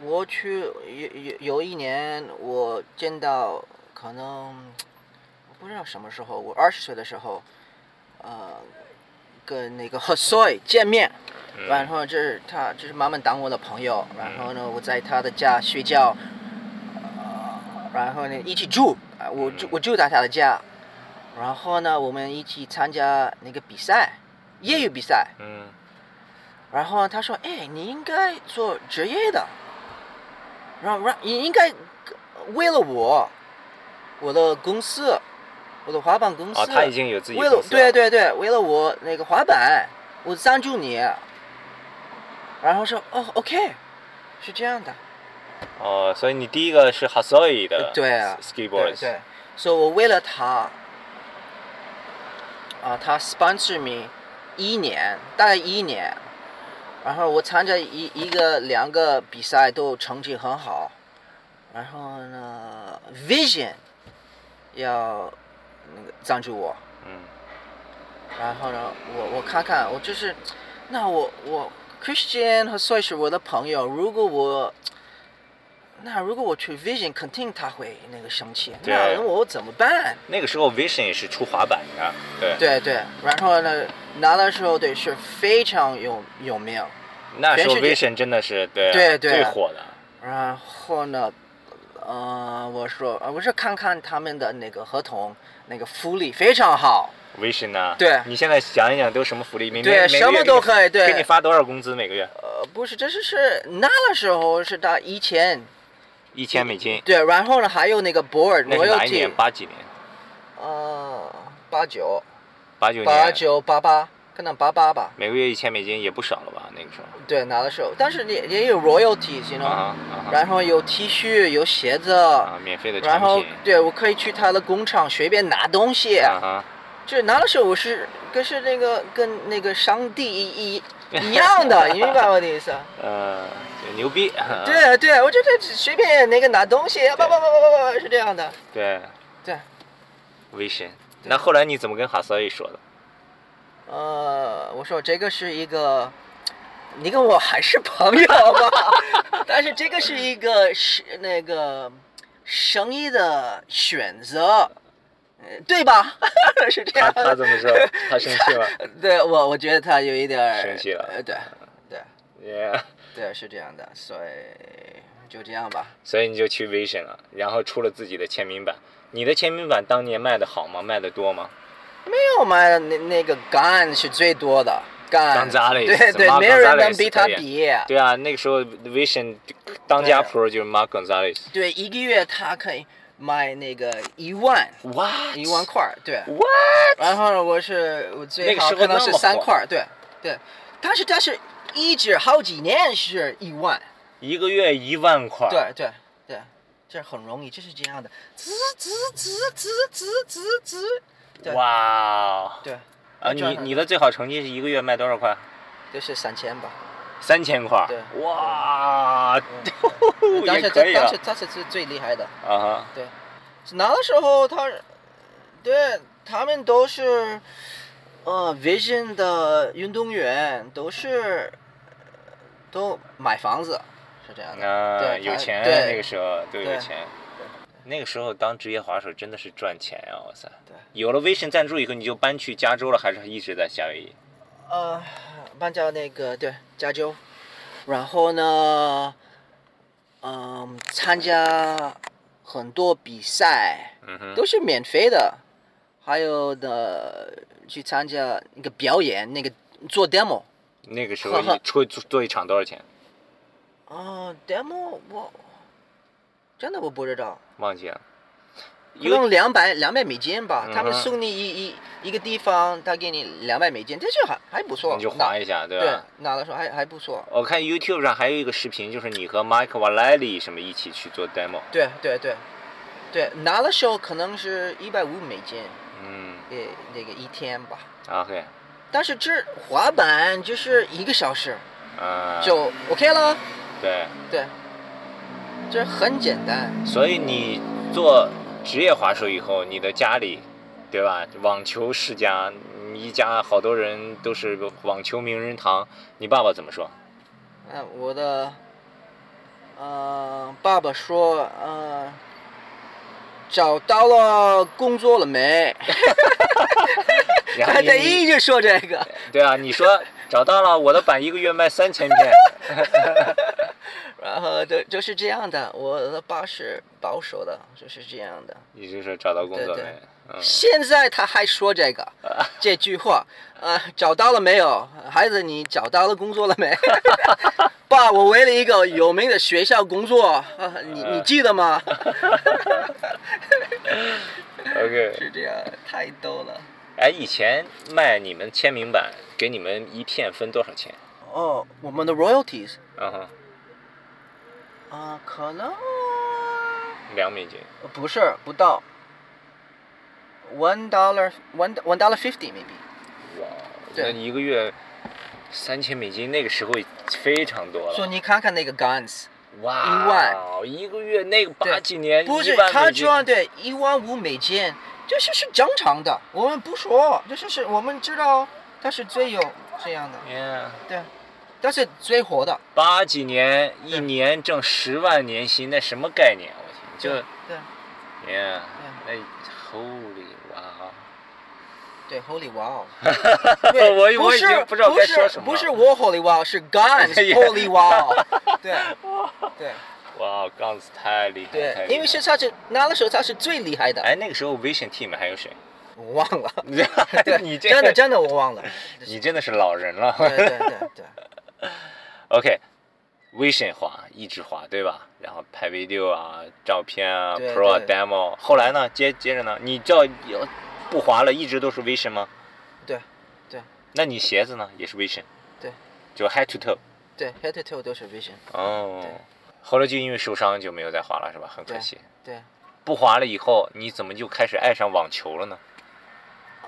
S2: 我去有有有一年，我见到可能我不知道什么时候，我二十岁的时候，呃，跟那个 [laughs] Hosoi 见面，
S1: 嗯
S2: 然后这是他，这是妈妈当我的朋友，然后呢，我在他的家睡觉，呃、然后呢一起住，啊，我住
S1: 嗯
S2: 我住在他的家，然后呢，我们一起参加那个比赛，业余比赛。
S1: 嗯
S2: 然后他说：“哎，你应该做职业的，让让你应该为了我，我的公司，我的滑板公司，
S1: 啊，他已经有自己
S2: 为了
S1: 公司
S2: 对
S1: 了，
S2: 对对，为了我那个滑板，我赞助你。”然后说：“哦，OK，是这样的，
S1: 哦，所以你第一个是 Hasoi 的呃
S2: 对啊
S1: skateboard，
S2: 对对，所以我为了他，啊，他 sponsor me 一年，大概一年，然后我参加一一个两个比赛都成绩很好，然后呢，Vision 要那个赞助我，
S1: 嗯
S2: 然后呢，我我看看，我就是，那我我 Christian 和 Soy 是我的朋友，如果我，那如果我去 Vision，肯定他会那个生气，
S1: 对
S2: 那我怎么办？
S1: 那个时候 Vision 也是出滑板的，对，
S2: 对对，然后呢，拿的时候对是非常有有名，
S1: 那时候
S2: 全世界
S1: Vision 真的是对啊
S2: 对对啊
S1: 最火的，
S2: 然后呢，呃，我说呃我是看看他们的那个合同，那个福利非常好，
S1: Vision 呢？
S2: 对
S1: 你现在想一想都什么福利？每
S2: 对
S1: 天
S2: 什么都可以对
S1: 给你发多少工资每个月？
S2: 呃，不是，这是是那时候是到一千。
S1: 一千美金。
S2: 对，然后呢，还有那个 board
S1: 那是哪一
S2: royalty，
S1: 年？八几年？
S2: 呃，八九
S1: 八九年。
S2: 八。九八八，可能八八吧。
S1: 每个月一千美金也不少了吧？那个时候。
S2: 对，拿的时候，但是也也有 royalties，you know，、
S1: 啊哈啊
S2: 然后有 T 恤，有鞋子，
S1: 哈啊！免费的产
S2: 然后
S1: 品。
S2: 对我可以去他的工厂随便拿东西。
S1: 啊哈。
S2: 就是拿的时候，我是跟是那个跟那个上帝一
S1: [laughs]
S2: 一一样的，你明白我的意思？
S1: 呃，牛逼。对
S2: 对对，我就这随便那个拿东西，叭叭叭叭叭叭，是这样的。
S1: 对
S2: 对，
S1: ，Vision。
S2: 对
S1: 那后来你怎么跟哈萨伊说
S2: [laughs]
S1: 的？
S2: 呃，我说这个是一个，你跟我还是朋友吧， [laughs] 但是这个是一个是那个生意的选择，呃对吧？ [laughs] 是这
S1: 他
S2: 样
S1: 他
S2: 的。
S1: 怎么
S2: [laughs]
S1: 说？他生气了。
S2: 对我，我觉得他有一点儿
S1: 生气了
S2: 呃，对，对，
S1: Yeah。
S2: 对，是这样的，所以就这样吧。
S1: 所以你就去 Vision 了，然后出了自己的签名版。你的签名版当年卖的好吗？卖的多吗？
S2: 没有嘛，那那个 Gun 是最多的，Gun，
S1: Gonzalez，
S2: 对对，
S1: Mark
S2: 没有人
S1: Gonzalez
S2: 能比他
S1: 可以
S2: 比。
S1: 对啊，那个时候 Vision 当家 Pro 就是 Mark Gonzalez。
S2: 对，一个月他可以卖那个一万
S1: What？
S2: 一万块儿，对。
S1: What？
S2: 然后呢，我是我最
S1: 那个
S2: 好
S1: 时候
S2: 可能
S1: 那
S2: 是
S1: 么
S2: 三
S1: 火
S2: 块儿，对对。但是但是一直好几年是一万，
S1: 一个月一万块。。
S2: 对对对，这很容易，就是这样的，吱吱吱吱吱吱吱，对
S1: 哇、wow！
S2: 对，
S1: 啊，
S2: 赚
S1: 你
S2: 很
S1: 你的最好成绩是一个月卖多少块？
S2: 就是三千吧。
S1: 三千块。
S2: 对嗯
S1: 哇，[laughs]
S2: 当
S1: 也
S2: 时
S1: 可
S2: 他
S1: 以
S2: 当
S1: 啊
S2: 时。他是最最厉害的，
S1: 啊哈，
S2: 对。拿的时候他，对他们都是，呃，Vision 的运动员都是，呃都买房子，是这样的。
S1: 啊，
S2: 对
S1: 有
S2: 他
S1: 钱
S2: 对
S1: 那个时候都有
S2: 对
S1: 钱。那个时候当职业滑手真的是赚钱啊！哇塞。
S2: 对。
S1: 有了 Vision 赞助以后，你就搬去加州了，还是一直在夏威夷？
S2: 呃，搬到那个对加州，然后呢，嗯，参加很多比赛
S1: 嗯哼。
S2: 都是免费的，还有的去参加那个表演，那个做 demo，
S1: 那个时候一出做做一场多少钱？
S2: 啊，demo 我真的我不知道，
S1: 忘记了。
S2: 一共两百两百美金吧，他们
S1: 嗯哼
S2: 送你一一一个地方，他给你两百美金，这就还还不错，
S1: 你就
S2: 拿
S1: 划一下，对吧？
S2: 对，拿的时候还还不错，
S1: 我看 YouTube 上还有一个视频，就是你和 Mike Valeli 什么一起去做 demo。
S2: 对对对，对，拿的时候可能是一百五美金，
S1: 嗯
S2: 呃，那个一天吧。
S1: ，OK，
S2: 但是这滑板就是一个小时
S1: 嗯，
S2: 就 OK 了，哦
S1: 对，
S2: 对，这很简单。
S1: 所以你做职业滑手以后，你的家里，对吧？网球世家，你一家好多人都是个网球名人堂。你爸爸怎么说？
S2: 嗯、我的，呃，爸爸说，呃，找到了工作了没？
S1: [laughs] 然后
S2: [laughs] 他
S1: 你
S2: 他一直说这个。 [laughs]
S1: 对啊，你说找到了，我的板一个月卖三千
S2: [laughs]
S1: 片。
S2: 然后就就是这样的，我的爸是保守的，就是这样的。
S1: 你就说找到工作
S2: 对对
S1: 没？嗯，
S2: 现在他还说这个这句话，呃，找到了没有，孩子，你找到了工作了没？ [laughs] 爸，我为了一个有名的学校工作，呃、你你记得吗？
S1: 嗯 OK，
S2: 是这样，太逗了。
S1: 哎，以前卖你们签名版，给你们一片分多少钱？
S2: 哦，我们的 royalties
S1: 嗯哼，
S2: 啊、可能
S1: 两美金。
S2: 不是不到 one dollar one one dollar fifty maybe。
S1: 哇，
S2: 对
S1: 那一个月三千美金，那个时候非常多
S2: 说
S1: 了。
S2: 你看看那个 guns，
S1: 哇，一个月那个八
S2: 对
S1: 几年
S2: 不是
S1: 哎一万美
S2: 他
S1: 金
S2: 赚的一万五美金，这是是正常的，我们不说，这是是我们知道他是最有这样的，
S1: Yeah，
S2: 对，但是最火的，
S1: 八几年一年挣十万年薪，那什么概念？我天，就
S2: 对
S1: Yeah，那 Holy 哇，
S2: 对
S1: [laughs]
S2: ，Holy Wow，对
S1: 我我
S2: 不
S1: 已
S2: 是
S1: 经不知道该说什么
S2: 不
S1: 了
S2: 是不是我 Holy Wow，是
S1: [laughs]
S2: Guns Holy Wow，对对
S1: 哇，杠子太厉害，太
S2: 对，
S1: 厉
S2: 因为
S1: 害
S2: 是他是拿的时候他是最厉害的，
S1: 哎，那个时候 Vision Team 还有谁？ [laughs]
S2: 我忘了，对，
S1: 你这
S2: 真的真的我忘
S1: [laughs]
S2: 了，
S1: 你真的是老人了。
S2: 对对对对
S1: OK，Vision 滑一直滑对吧？然后拍 video 啊、照片啊、
S2: 对
S1: Pro 啊
S2: 对
S1: demo。后来呢？接接着呢？你叫不滑了，一直都是 Vision 吗？
S2: 对
S1: 那你鞋子呢？也是 Vision？
S2: 对，
S1: 就 head to toe。
S2: 对，Head to Toe 都是 Vision，
S1: 哦
S2: 对。
S1: 后来就因为受伤就没有再滑了，是吧？很可
S2: 对
S1: 惜。
S2: 对。
S1: 不滑了以后，你怎么就开始爱上网球了呢？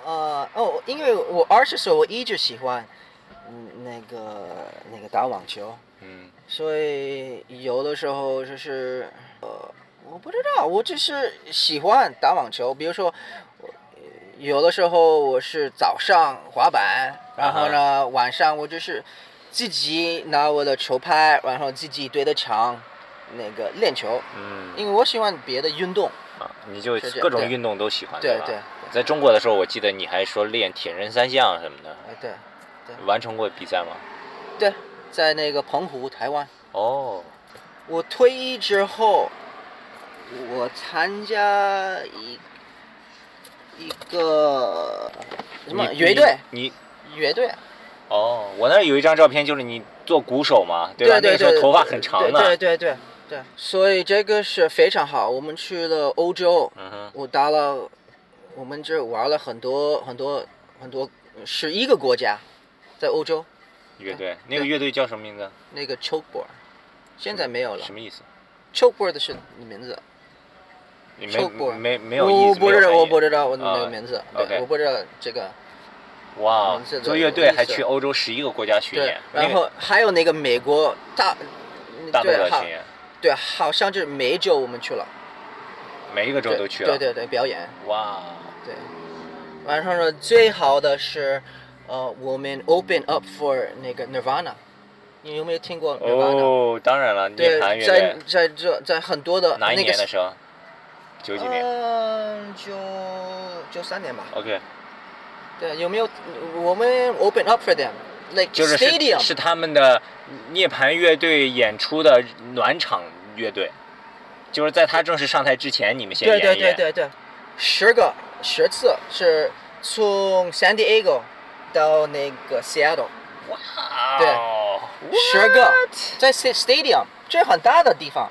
S2: 呃，哦，因为我二十岁，我一直喜欢，嗯，那个那个打网球，
S1: 嗯，
S2: 所以有的时候就是，呃，我不知道，我只是喜欢打网球。比如说，我呃有的时候我是早上滑板，然后呢晚上我就是自己拿我的球拍，然后自己对着墙那个练球，
S1: 嗯，
S2: 因为我喜欢别的运动。
S1: 啊，你就是
S2: 这样
S1: 各种
S2: 对
S1: 运动都喜欢，
S2: 对
S1: 吧？
S2: 对
S1: 在中国的时候，我记得你还说练铁人三项什么的，
S2: 呃对，
S1: 完成过比赛吗？
S2: 对，在那个澎湖，台湾。
S1: 哦，
S2: 我退役之后，我参加一一个什么
S1: 你
S2: 乐队？
S1: 你你
S2: 乐队，
S1: 哦，我那儿有一张照片，就是你做鼓手嘛，
S2: 对
S1: 吧？
S2: 对
S1: 那个时候
S2: 对
S1: 头发很长的。
S2: 对对对对对，所以这个是非常好。我们去了欧洲，
S1: 嗯哼，
S2: 我打了，我们这玩了很多很多很多十一个国家，在欧洲
S1: 乐队，那个乐队叫什么名字？
S2: 那个 chokeboard，现在没有了
S1: 什。么意思？
S2: chokeboard 是名字，
S1: 你没
S2: 说过
S1: 没没有意
S2: 我
S1: 思，
S2: 不
S1: 没有
S2: 知道，
S1: 含义
S2: 我不知道我那
S1: 啊
S2: 个名字，
S1: OK
S2: 对，我不知道这个。
S1: 哇哦
S2: 名字，嗯的
S1: 做乐队
S2: 意思
S1: 还去欧洲十一个国家巡
S2: 对
S1: 演，，那
S2: 然
S1: 个
S2: 后还有那个美国大，
S1: 大陆
S2: 对
S1: 的
S2: 好
S1: 巡演，
S2: 对，好像就是每一周我们去了，
S1: 每一个州
S2: 对
S1: 都去了。
S2: 对对对，表演
S1: 哇，
S2: 对。然后呢，最好的是，呃，我们 open up for 那个 Nirvana，你有没有听过 Nirvana？、
S1: 哦，当然了，涅
S2: 对
S1: 槃，乐
S2: 在
S1: 队，
S2: 在这在很多的
S1: 哪一
S2: 那个
S1: 年的时候？九几年哦
S2: 嗯，九九三年吧。
S1: ？OK，
S2: 对，有没有我们 open up for them？Like
S1: 就是是
S2: stadium，
S1: 是他们的涅槃乐队演出的暖场乐队，就是在他正式上台之前，你们先演
S2: 对
S1: 一
S2: 对
S1: 演。
S2: 对对对，十个十次是从 San Diego 到那个 Seattle，
S1: 哇、
S2: 对
S1: 哦，
S2: 十个，在 sta- stadium 这很大的地方，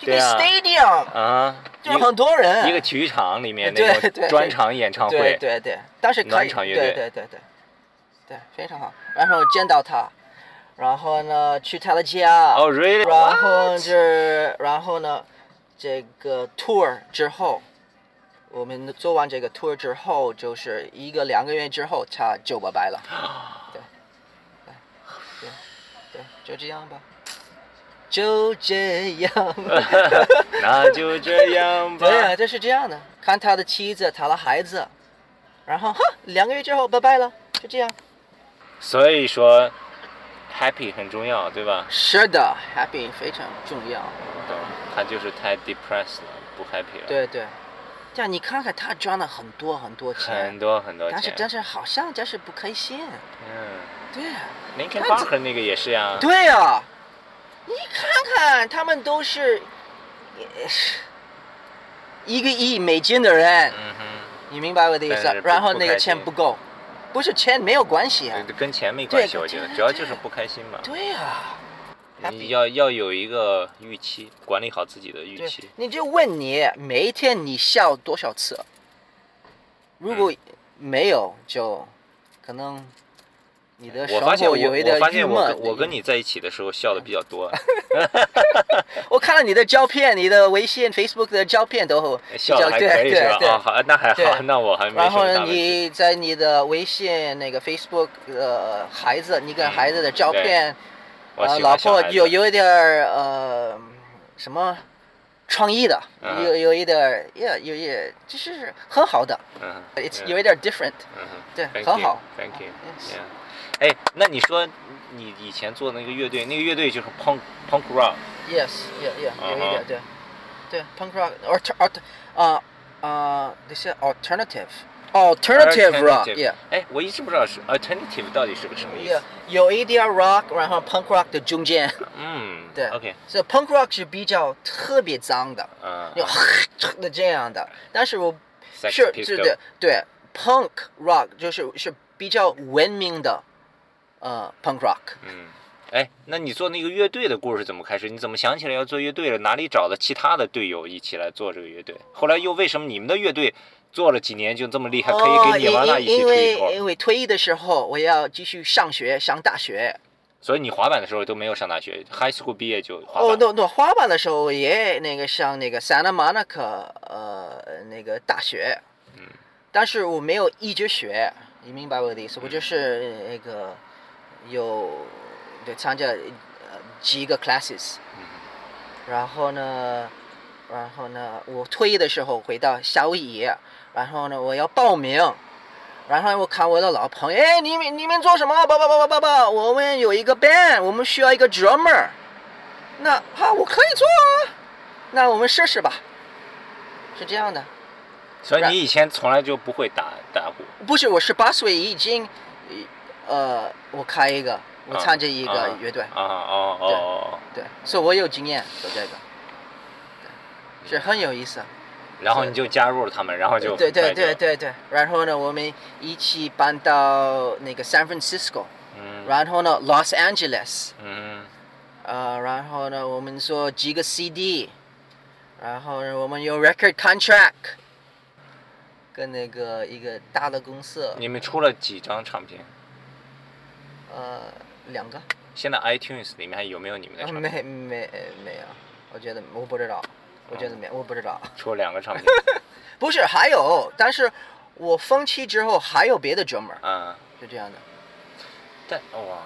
S2: 一个
S1: 对啊
S2: stadium
S1: 啊，一
S2: 就
S1: 个
S2: 很多人，
S1: 一个体育场里面
S2: 对
S1: 那种
S2: 对对
S1: 专场演唱
S2: 对
S1: 会，
S2: 对对，当时可
S1: 暖
S2: 以，
S1: 场乐
S2: 对
S1: 队
S2: 对对对，对非常好。然后见到他，然后呢去他的家，
S1: 哦，really，
S2: 然后
S1: What？
S2: 这然后呢这个 tour 之后，我们做完这个 tour 之后，就是一个两个月之后，他就拜拜了。对，对，对，就这样吧，就这样。
S1: [laughs]
S2: [laughs]
S1: 那就这样吧。
S2: 对啊，就是这样的。看他的妻子，他的孩子，然后哈，两个月之后拜拜了，就这样。
S1: 所以说，happy 很重要，对吧？
S2: 是的，happy 非常重要。
S1: 懂他就是太 depressed 了，不 happy 了。，
S2: 对对，这样你看看他赚了很多很多钱
S1: 很，多很多
S2: 但是
S1: 钱。
S2: 但是好像就是不开心。啊
S1: 嗯，
S2: 对啊，
S1: 林肯
S2: 但
S1: 巴
S2: 是
S1: 克那个也是呀。
S2: 对啊，你看看他们都是，也是一个亿美金的人，
S1: 嗯哼，
S2: 你明白我的意思
S1: 但是？不
S2: 然后
S1: 不
S2: 那个
S1: 开
S2: 钱
S1: 心
S2: 不够，不是钱没有关系啊。
S1: 跟钱没
S2: 对
S1: 关系，我觉得主要就是不开心嘛。
S2: 对啊。
S1: 你
S2: happy
S1: 要要有一个预期，管理好自己的预
S2: 对
S1: 期。，
S2: 你就问你每一天你笑多少次，如
S1: 嗯
S2: 果没有就可能你的
S1: 我
S2: 生
S1: 发现
S2: 活
S1: 我
S2: 有一点
S1: 我发
S2: 郁
S1: 现我
S2: 闷
S1: 跟。我跟你在一起的时候笑的比较
S2: [laughs]
S1: 多，
S2: 我看了你的照片，你的微信、Facebook 的照片都比
S1: 哎笑的
S2: 较
S1: 还
S2: 对
S1: 可以
S2: 对
S1: 是吧？
S2: 对
S1: 啊，好，那还好，
S2: 对
S1: 那我还没什
S2: 然后
S1: 么
S2: 呢
S1: 大，问题。
S2: 你在你的微信、那个 Facebook 呃孩子，你跟孩子的照
S1: 对
S2: 片，
S1: 我
S2: 呃，
S1: 喜欢
S2: 老
S1: 小
S2: 婆
S1: 孩子
S2: 有有一点儿呃什么创意的，
S1: 嗯
S2: 有有一点儿也有一点就是很好的
S1: 嗯
S2: ，it's
S1: 嗯
S2: 有一点儿 different。
S1: 嗯哼
S2: 对
S1: Thank
S2: 很
S1: you,
S2: 好
S1: Thank you.
S2: Yes.
S1: Yeah. 哎，那你说你以前做的那个乐队，那个乐队就是 punk punk rock，
S2: Yes, yeah, yeah，、有一
S1: 啊哈
S2: 点对，对，punk rock or or 啊啊，那些 alternative alternative rock，yeah。
S1: 哎，我一直不知道是 alternative 到底是个什么意
S2: Yeah，
S1: 思。
S2: 有一点 rock，然后 punk rock 的中间，
S1: 嗯，
S2: 对
S1: ，OK，
S2: 所以 punk rock 是比较特别脏的，
S1: 嗯
S2: 有的这样的。但是我
S1: Sex
S2: 是
S1: Pistol
S2: 是的，对 punk rock 就是是比较文明的，呃 punk rock。
S1: 嗯，哎，那你做那个乐队的故事怎么开始？你怎么想起来要做乐队了？哪里找的其他的队友一起来做这个乐队？后来又为什么你们的乐队做了几年就这么厉害，可以
S2: 哦，
S1: 给你
S2: 因
S1: 们俩
S2: 因
S1: 一起
S2: 因
S1: 出一
S2: 为
S1: 头？
S2: 因为退役的时候我要继续上学上大学，
S1: 所以你滑板的时候都没有上大学，high school 毕业就滑板。
S2: 哦，那那滑板的时候也那个上那个 Santa Monica 呃那个大学，
S1: 嗯
S2: 但是我没有一直学，你明白我的意思？我就是那个有就参加呃几个 classes，
S1: 嗯
S2: 然后呢，然后呢，我退役的时候回到夏威夷，然后呢，我要报名。然后我看我的老朋友，哎，你们你们做什么？爸爸爸爸爸爸，我们有一个 band，我们需要一个 drummer。那啊，我可以做啊，那我们试试吧。是这样的，
S1: 所以你以前从来就不会打打鼓，
S2: 不是我十八岁已经，呃，我开一个，我
S1: 啊
S2: 参加一个
S1: 啊
S2: 乐队，
S1: 啊哦哦哦，
S2: 哎对，所以我有经验做这个，对，是很有意思。
S1: 然后你就加入了他们，然后就
S2: 对对
S1: 很快
S2: 对
S1: 就，
S2: 对对，然后呢，我们一起搬到那个 San Francisco，
S1: 嗯
S2: 然后呢 Los Angeles，
S1: 嗯
S2: 呃，然后呢，我们做几个 CD，然后呢，我们有 record contract，跟那个一个大的公司，
S1: 你们出了几张唱片？
S2: 呃，两个，
S1: 现在 iTunes 里面还有没有你们的
S2: 啊
S1: 唱片？
S2: 没没呃没有，我觉得我不知道，
S1: 啊
S2: 我觉得没，我不知道，
S1: 出了两个
S2: [laughs]
S1: 唱片，
S2: 不是还有，但是我放弃之后还有别的 drummer，
S1: 嗯，
S2: 是这样的。
S1: 但哇，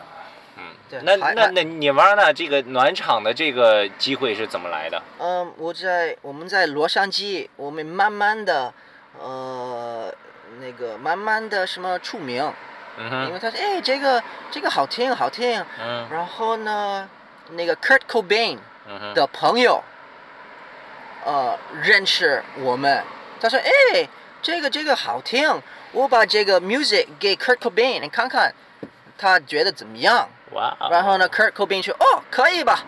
S1: 嗯
S2: 对，
S1: 那
S2: 还
S1: 那
S2: 还
S1: 那你玩呢？这个暖场的这个机会是怎么来的？
S2: 嗯，我在我们在洛杉矶，我们慢慢的，呃，那个慢慢的什么出名，
S1: 嗯
S2: 因为
S1: 哼，
S2: 他说哎这个这个好听好听，
S1: 嗯
S2: 然后呢，那个 Kurt Cobain
S1: 嗯哼，
S2: 的朋友，呃，认识我们，他说哎这个这个好听，我把这个 music 给 Kurt Cobain 你看看，他觉得怎么样？
S1: 哇，哦
S2: [laughs] 然后呢，Kurt Cobain 说：“哦，可以吧？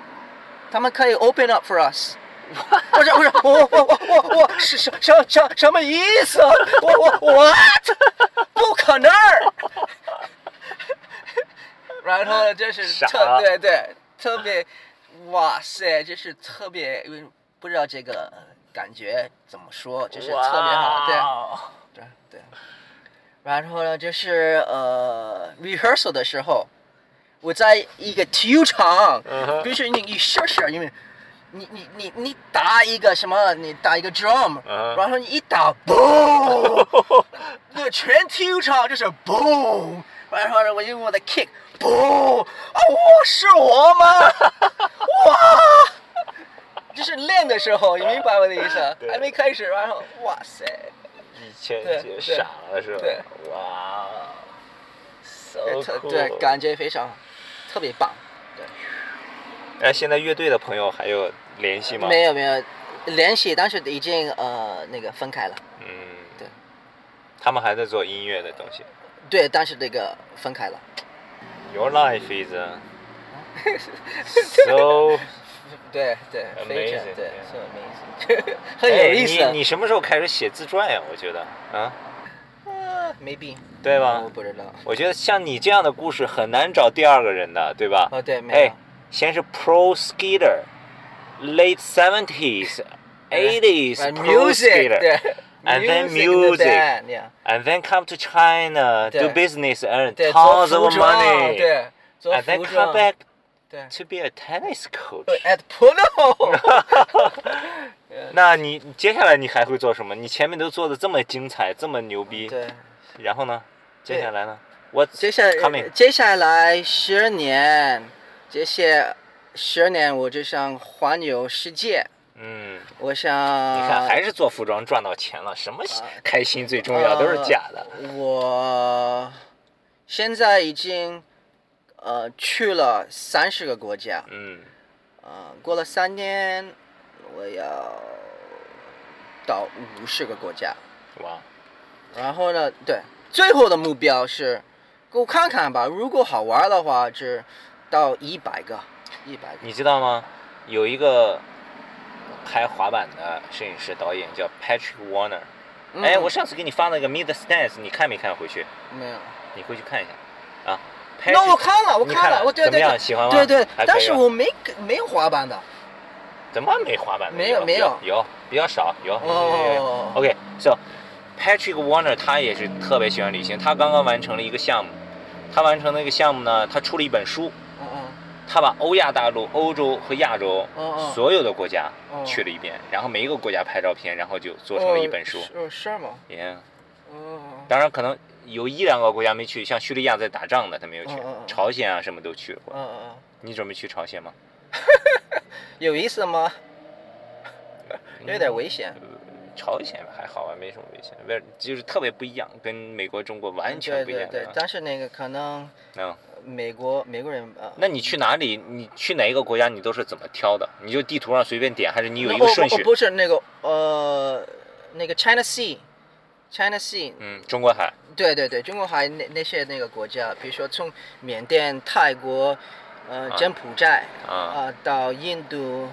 S2: 他们可以 open up for us。”我说：“我说，我我我我我是什什什什么意思？我我 what？不可能儿！” [laughs] 然后呢，就是
S1: 傻
S2: 特对对，特别，哇塞，就是特别，因为不知道这个感觉怎么说，就是特别好，对
S1: 哇哦
S2: 对对。然后呢，就是呃，rehearsal 的时候，我在一个体育场，
S1: 嗯哼
S2: 必须你你试试，因为你你你你打一个什么，你打一个 drum，、
S1: 嗯
S2: 然后你一打 boom，那个全体育场就是 boom，然后呢，我就用我的 kick boom，啊，我是我
S1: [laughs]
S2: 吗？哇！就是练的时候，你明白我的意思？
S1: 对
S2: 还没开始，然后哇塞
S1: 一千
S2: 对
S1: 节
S2: 对
S1: 傻了是吧？
S2: 对，
S1: 哇，so
S2: 特
S1: cool
S2: 对，感觉非常特别棒。
S1: 哎，现在乐队的朋友还有联系吗？
S2: 没，有没有联系，但是已经呃那个分开了。
S1: 嗯，
S2: 对，
S1: 他们还在做音乐的东西。
S2: 对，但是那个分
S1: [laughs]
S2: 开了。
S1: Your life is
S2: [laughs]
S1: so
S2: 对对，非常
S1: Amazing，
S2: 对
S1: yeah，
S2: so amazing，很有意思
S1: 哎。你你什么时候开始写自传呀？我觉得啊，
S2: 啊，maybe
S1: 对吧
S2: 我？不知道。
S1: 我觉得像你这样的故事很难找第二个人的，对吧？
S2: 哦，对，没有
S1: 哎，，先是 pro skater。Late seventies, eighties,
S2: Right,
S1: pro
S2: 哎呃 music，
S1: skater,
S2: 对
S1: And then
S2: in the
S1: music
S2: band, yeah，
S1: and then come to China, do
S2: 对
S1: business, earn
S2: 对，做
S1: tons
S2: 服
S1: of
S2: 装，
S1: money,
S2: 对，做
S1: and then
S2: 服装
S1: come，back
S2: 对
S1: to be a tennis coach.
S2: 对，at 哎
S1: [laughs]
S2: Polo， [laughs]
S1: 那你你接下来你还会做什么？你前面都做的这么精彩，这么牛逼，
S2: 对。
S1: 然后呢？
S2: 对
S1: 接下来呢？我
S2: 接下来呃
S1: coming
S2: 接下来十年，这些十年我就想环游世界，
S1: 嗯，
S2: 我想
S1: 你
S2: 啊
S1: 看还是做服装赚到钱了，什么开心最重
S2: 啊
S1: 要，都是假的。
S2: 我现在已经呃去了三十个国家，
S1: 嗯，
S2: 呃，过了三年我要到五十个国家，
S1: 哇，
S2: 然后呢，对，最后的目标是，给我看看吧，如果好玩的话，是到一百个，一百个。
S1: 你知道吗？有一个拍滑板的摄影师导演叫 Patrick Warner。
S2: 嗯
S1: 哎，我上次给你发了个 Meet the Stance，你看没看回去？
S2: 没有。
S1: 你回去看一下啊。
S2: 那
S1: Patrick-
S2: 我看了，我
S1: 你
S2: 了，我对
S1: 怎么
S2: 对
S1: 样？
S2: 对，
S1: 喜欢吗？
S2: 对对
S1: 还可以，
S2: 但是
S1: 吧
S2: 我没没有滑板的。
S1: 怎么没滑板的？
S2: 没有没有
S1: 有比较少有。
S2: 哦
S1: OK so Patrick Warner 他也是特别喜欢旅行，他刚刚完成了一个项目，他完成了一个项目呢，他出了一本书，
S2: 嗯嗯
S1: 他把欧亚大陆、欧洲和亚洲
S2: 嗯嗯
S1: 所有的国家
S2: 嗯
S1: 去了一遍，然后每一个国家拍照片，然后就做成了一本书
S2: 哦。是哦是吗？
S1: Yeah，
S2: 嗯，
S1: 当然可能有一两个国家没去，像叙利亚在打仗的他没有去
S2: 嗯嗯嗯，
S1: 朝鲜啊什么都去
S2: 嗯
S1: 过。
S2: 嗯，
S1: 你准备去朝鲜吗？
S2: 嗯有意思吗？
S1: 嗯
S2: 有点危险。
S1: 朝鲜还好吧，没什么危险，不是就是特别不一样，跟美国、中国完全
S2: 对
S1: 不一样啊
S2: 对
S1: 的
S2: 对，但是那个可能
S1: 嗯，
S2: 美国美国人呃，
S1: 那你去哪里？你去哪一个国家？你都是怎么挑的？你就地图上随便点，还是你有
S2: 那
S1: 一个
S2: 哦
S1: 顺
S2: 哦
S1: 序？
S2: 不是那个呃那个 China Sea，China Sea，
S1: 嗯，中国海，
S2: 对对对，中国还有那那些那个国家，比如说从缅甸、泰国、呃柬埔寨
S1: 啊
S2: 啊到印度、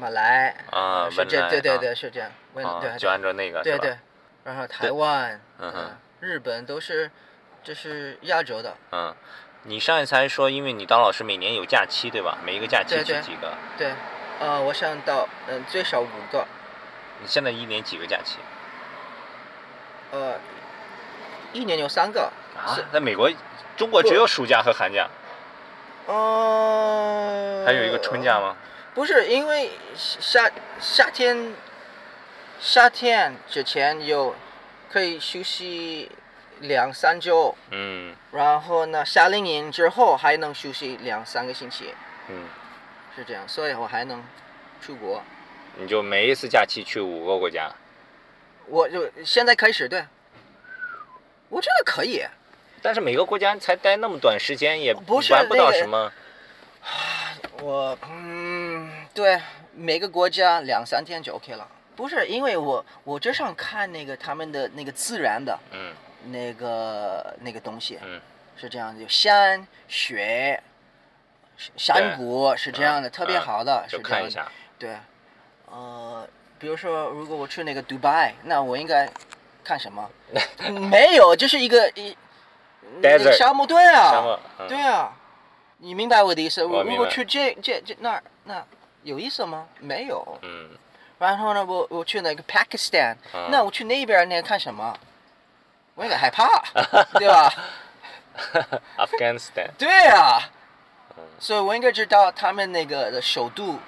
S2: 马来。
S1: 啊，
S2: 是
S1: 文
S2: 这
S1: 莱
S2: 对对
S1: 啊
S2: 对，是这样。问
S1: 啊
S2: 对
S1: 就按照那个
S2: 对
S1: 是吧
S2: 对，然后台湾、
S1: 嗯哼
S2: 呃日本都是就是亚洲的，
S1: 嗯，你上一次还说，因为你当老师每年有假期对吧？每一个假期
S2: 对
S1: 去
S2: 对
S1: 几个？
S2: 对。呃，我想到嗯、最少五个，
S1: 你现在一年几个假期？
S2: 呃，一年有三个，
S1: 啊
S2: 是，
S1: 在美国、中国只有暑假和寒假，
S2: 呃，
S1: 还有一个春假？吗？
S2: 不是，因为夏夏天夏天之前有可以休息两三周，
S1: 嗯
S2: 然后呢夏令营之后还能休息两三个星期。
S1: 嗯。
S2: 是这样，所以我还能出国。
S1: 你就每一次假期去五个国家，
S2: 我就现在开始，对，我觉得可以。
S1: 但是每个国家才待那么短时间，也
S2: 不是
S1: 玩不到
S2: 那个
S1: 什么。
S2: 我嗯，对，每个国家两三天就 OK 了。不是因为我我就想看那个他们的那个自然的
S1: 嗯
S2: 那个那个东西，
S1: 嗯
S2: 是这样的，有山雪。山谷是这样的，特别
S1: 嗯
S2: 好的，
S1: 就是
S2: 这
S1: 看
S2: 样的啊
S1: 一下。
S2: 对，呃，比如说，如果我去那个 Dubai，那我应该看
S1: [laughs]
S2: 什么？没有，就是一个一那个
S1: Desert，
S2: 沙漠，对啊，
S1: 沙漠嗯
S2: 对啊，你明白我的意思？
S1: 我
S2: 如
S1: 明
S2: 果
S1: 白
S2: 去这这这那儿，那有意思吗？没有。
S1: 嗯，
S2: 然后呢，我我去那个 Pakistan，、
S1: 嗯
S2: 那我去那边那看什么？我有点害怕，对
S1: [laughs]
S2: 吧？
S1: 嗯 Afghanistan，
S2: 对啊
S1: 嗯，
S2: 所以我应该知道他们那个的首都，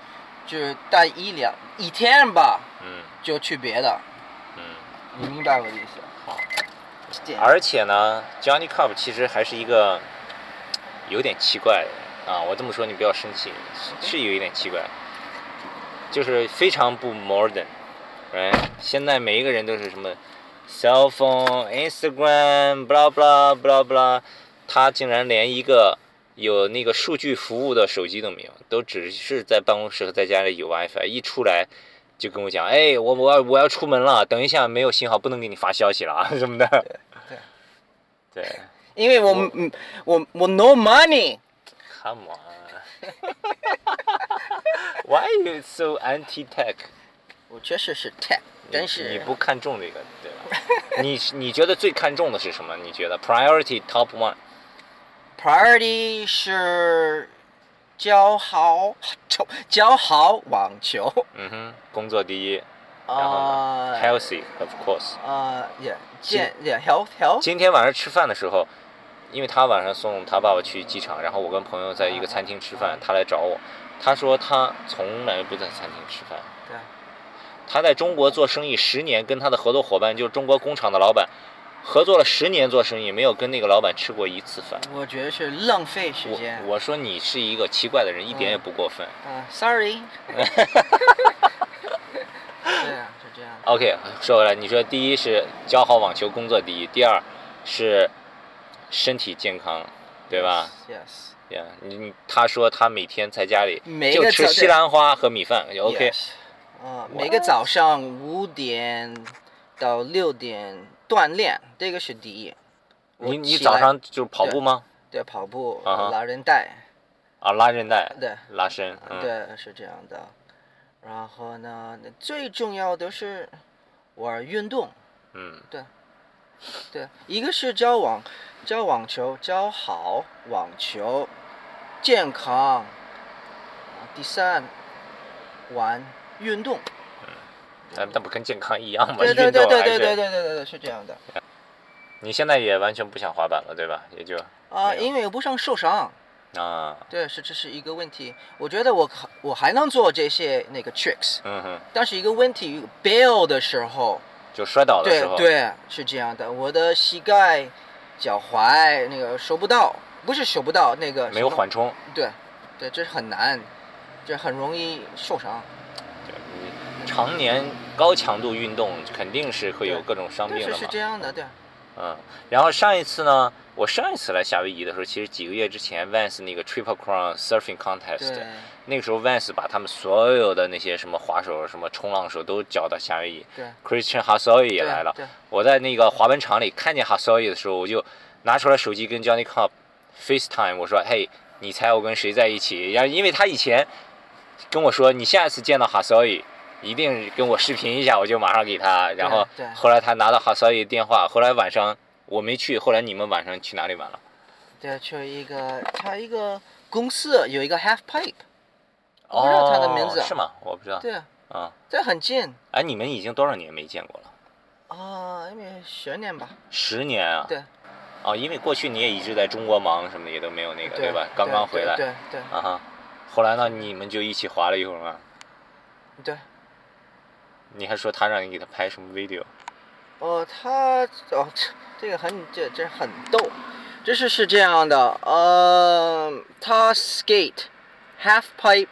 S2: 就是待一两一天吧，
S1: 嗯
S2: 就去别的。
S1: 嗯。
S2: 你明白我的意思？
S1: 好
S2: 是这样，
S1: 而且呢，Johnny Cup 其实还是一个有点奇怪的人啊。我这么说你不要生气，是是有一点奇怪，就是非常不 modern。right？现在每一个人都是什么 cell phone、Instagram、blah blah blah blah，他竟然连一个有那个数据服务的手机都没有，都只是在办公室和在家里有 WiFi，一出来。就跟我讲，哎，我我要我要出门了，等一下没有信号，不能给你发消息了啊什么的。对
S2: 因为我嗯我我 no money，
S1: ，Come on，Why you so anti-tech？
S2: 我确实是 tech，真是
S1: 你不看重这个，对吧？你你觉得最看重的是什么？你觉得 priority top one？
S2: priority 是教好教教好网球
S1: 嗯哼，工作第一， [laughs] 然后呢、
S2: 啊
S1: h e a l t h y of course。
S2: 啊也健也 health health
S1: 今天晚上吃饭的时候，因为他晚上送他爸爸去机场，然后我跟朋友在一个餐厅吃饭，他来找我，他说他从来不在餐厅吃饭。
S2: 对
S1: 他在中国做生意十年，跟他的合作伙伴就是中国工厂的老板，合作了十年做生意，没有跟那个老板吃过一次饭。
S2: 我觉得是浪费时
S1: 我
S2: 间。
S1: 我说你是一个奇怪的人，一点也不过分。
S2: 啊，sorry。对啊，是这样。
S1: OK，说回来，你说第一是教好网球工作第一，第二是身体健康，对吧？
S2: ？Yes。
S1: 呀、你你他说他每天在家里
S2: 每
S1: 就
S2: 个
S1: 吃
S2: 早
S1: 西兰花和米饭。OK，
S2: Yes 啊，每个早上五点到六点锻炼，这个是第一。我
S1: 你你
S2: 起
S1: 早
S2: 来
S1: 上就是跑步吗？
S2: 对跑步、
S1: 啊哈
S2: 拉人带，
S1: 啊，拉韧带，
S2: 对，
S1: 拉伸。嗯、，
S2: 对，是这样的。然后呢，那最重要的是玩运动，
S1: 嗯
S2: 对，一个是教网，教网球，教好网球，健康。啊第三，玩运动。
S1: 但但不跟健康一样吗？
S2: 对对
S1: 运
S2: 对
S1: 动啊
S2: 对
S1: 还
S2: 对
S1: 是
S2: 对对对对对，是这样的。
S1: 你现在也完全不想滑板了，对吧？也就
S2: 啊，
S1: 没有
S2: 因为我不想受伤，
S1: 啊，
S2: 对，是这是一个问题。我觉得我可我还能做这些那个 tricks，
S1: 嗯哼，
S2: 但是一个问题，bail 的时候，
S1: 就摔倒的
S2: 对
S1: 时候，
S2: 对，是这样的，我的膝盖、脚踝那个收不到，不是收不到，那个
S1: 没有
S2: 什么
S1: 缓冲。
S2: 对，对，这很难，这很容易受伤。
S1: 对你常年高强度运动肯定是会有
S2: 对
S1: 各种伤
S2: 但
S1: 病
S2: 是
S1: 的
S2: 是
S1: 嘛
S2: 这。样的，对，
S1: 嗯，然后上一次呢，我上一次来夏威夷的时候，其实几个月之前，Vans 那个 Triple Crown Surfing
S2: 对
S1: Contest，，那个时候 Vans 把他们所有的那些什么滑手、什么冲浪手都叫到夏威夷
S2: 对
S1: ，Christian h a s o y
S2: 对
S1: 也来了。
S2: 对，
S1: 我在那个滑板场里看见 h a s o y 的时候，我就拿出来手机跟 Johnny Cup FaceTime，我说：“嘿，你猜我跟谁在一起？”然后因为他以前跟我说，你下次见到 h a s o y 一定跟我视频一下，我就马上给他。然后
S2: 对
S1: 后来他拿到 h a s o y 电话，后来晚上我没去，后来你们晚上去哪里玩了？
S2: 对，去一个他一个公司有一个 half pipe，
S1: 哦，
S2: 不知道他的名字
S1: 是吗？我不知道。
S2: 对，
S1: 嗯，
S2: 这很近
S1: 哎，你们已经多少年没见过了？
S2: 啊，因为十年吧，
S1: 十年啊。
S2: 对。
S1: 哦，因为过去你也一直在中国忙，什么的也都没有那个，
S2: 对
S1: 吧？刚刚回来。
S2: 对对
S1: 啊哈，后来呢，你们就一起滑了一会儿吗？
S2: 对对，
S1: 你还说他让你给他拍什么 video？
S2: 哦，他哦，这这个很这这很逗，这是是这样的，呃，他 skate half pipe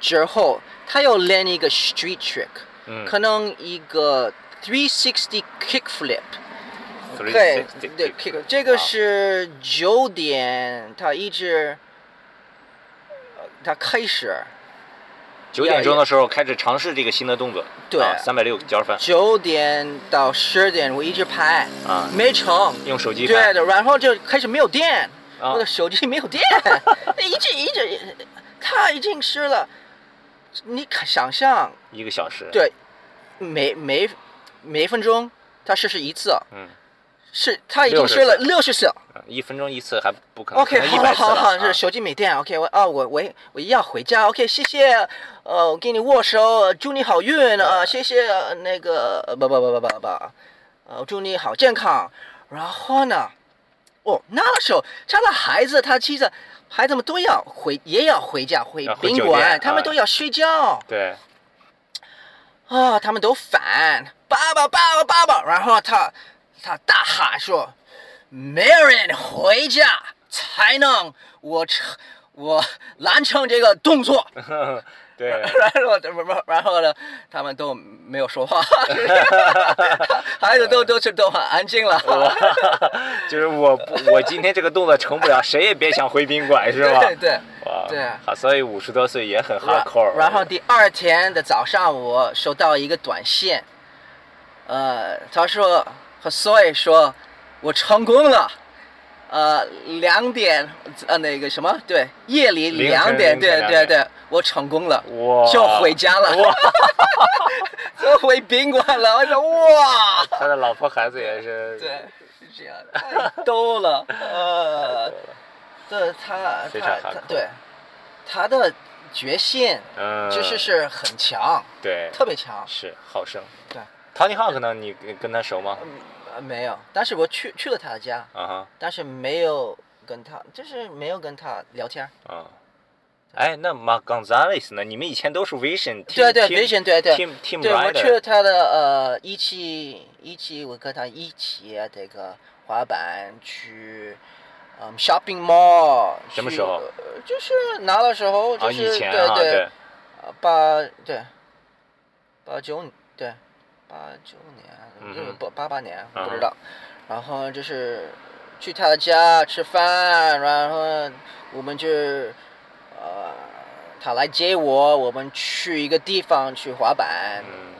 S2: 之后，他又练一个 street trick，、
S1: 嗯
S2: 可能一个 three sixty kick flip，
S1: ，three
S2: 对
S1: sixty 啊
S2: 对 kick，这个是九点，他一直。呃他开始
S1: 九点钟的时候开始尝试这个新的动作，啊
S2: 对
S1: 三百六十翻
S2: 九点到十点，我一直拍，
S1: 啊，
S2: 没成，
S1: 用手机
S2: 对
S1: 拍
S2: 的，然后就开始没有电，
S1: 啊
S2: 我的，手机没 [laughs] 有电，一直一直，它已经湿了。你看想象，
S1: 一个小时，
S2: 对每每每分钟它试试一次，
S1: 嗯，
S2: 是它已经吃了六十次。
S1: 嗯一分钟一次还不可能
S2: OK，
S1: 一
S2: 好
S1: 百
S2: 了
S1: 次
S2: 好了好了，
S1: 啊
S2: 是手机没电。OK，我啊我我我要回家。OK，谢谢，呃，我给你握手，祝你好运啊、呃谢谢、呃那个呃不不不不不不，呃，祝你好健康。然后呢，哦，那时候他的孩子，他妻子，孩子们都要回，也要回家回
S1: 要回
S2: 宾
S1: 酒
S2: 馆，
S1: 店
S2: 他们
S1: 啊
S2: 都要睡觉。
S1: 对， [laughs]
S2: 啊，他们都反，爸爸，爸爸，爸爸。然后他，他大喊说：“没有人回家才能我成我完成这个动作。” [laughs]
S1: 对，
S2: 然后，不不，然后呢，他们都没有说话， [laughs] 孩子都都是都很安静了。
S1: 就是我不，我今天这个动作成不了，谁也别想回宾馆，是吧？
S2: [laughs] 对对。
S1: 哇，
S2: 对啊
S1: 好，所以五十多岁也很
S2: 然
S1: hardcore。
S2: 然后第二天的早上，我收到一个短信，呃，他说和 Soy 说，我成功了。呃，两点，呃，那个什么，对，夜里
S1: 凌晨
S2: 两点，
S1: 凌晨
S2: 对
S1: 两点
S2: 对对，我成功了，
S1: 哇，
S2: 就回家了，
S1: 哇，
S2: [laughs] 就回宾馆了。我说哇，
S1: 他的老婆孩子也是。
S2: 对，是这样的，太逗了，
S1: [laughs]
S2: 呃，对他，
S1: 非
S2: 他
S1: 常
S2: 他
S1: hardcore
S2: 对，他的决心
S1: 嗯，
S2: 其实是很强，
S1: 对，
S2: 特别强。
S1: 是好胜。
S2: 对
S1: ，Tony Hawk 呢？你跟跟他熟吗？
S2: 呃，没有，但是我去去了他的家，
S1: 啊哈，
S2: 但是没有跟他，就是没有跟他聊天儿。
S1: 嗯。哎，那 Mark Gonzalez 呢？你们以前都是 Vision，
S2: 对对
S1: team-
S2: ，Vision，对对
S1: team team
S2: 对，我去
S1: rider，
S2: 了他的呃一起一起，我跟他一起啊这个滑板去。嗯，shopping mall
S1: 什么
S2: 去
S1: 时候
S2: 呃就是拿的时候，就
S1: 啊，
S2: 是、
S1: 以前
S2: 对
S1: 啊，对，
S2: 呃八对，八九对，八九年，
S1: 嗯
S2: 嗯
S1: 哼，
S2: 八八八年
S1: 嗯
S2: 不
S1: 哼
S2: 知道。然后就是去他的家吃饭，然后我们就呃，他来接我，我们去一个地方去滑板，
S1: 嗯，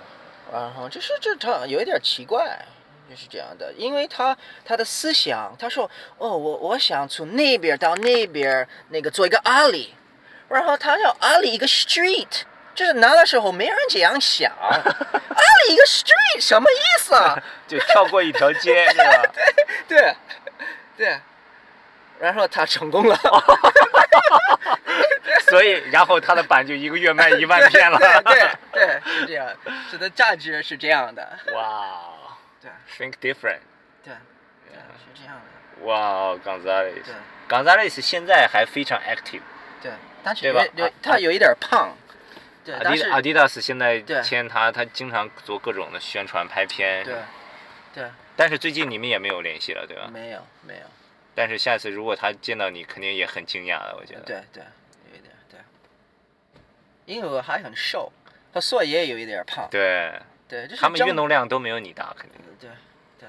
S2: 然后就是啊这他有一点奇怪。就是这样的，因为他他的思想，他说哦，我我想从那边到那边那个做一个阿里，然后他要阿里一个 street，就是拿的时候没人这样想，阿里一个 street 什么意思啊？ [laughs]
S1: 就跳过一条街是吧？
S2: 对，对，然后他成功了，
S1: 所以，然后他的版就一个月卖一万片了。
S2: 对对对，是这样，它的价值是这样的，
S1: [laughs] 哇
S2: 对
S1: ，Think different，
S2: 对，对，是这样的，
S1: 哇，Gonzalez
S2: 对。
S1: Gonzalez 现在还非常 active。
S2: 对，但是
S1: 对吧
S2: 有有
S1: 啊
S2: 他有一点胖，对，但是
S1: Adidas Adidas 现在
S2: 对
S1: 签他，他经常做各种的宣传拍片。
S2: 对。对，
S1: 但是最近你们也没有联系了，对吧？
S2: 没有没有，
S1: 但是下次如果他见到你，肯定也很惊讶的，我觉得。。
S2: 对对，有一点对，因为我还很瘦，和硕也有一点胖，
S1: 对
S2: 对，就是
S1: 他们
S2: 正
S1: 运动量都没有你大，肯定。
S2: 对对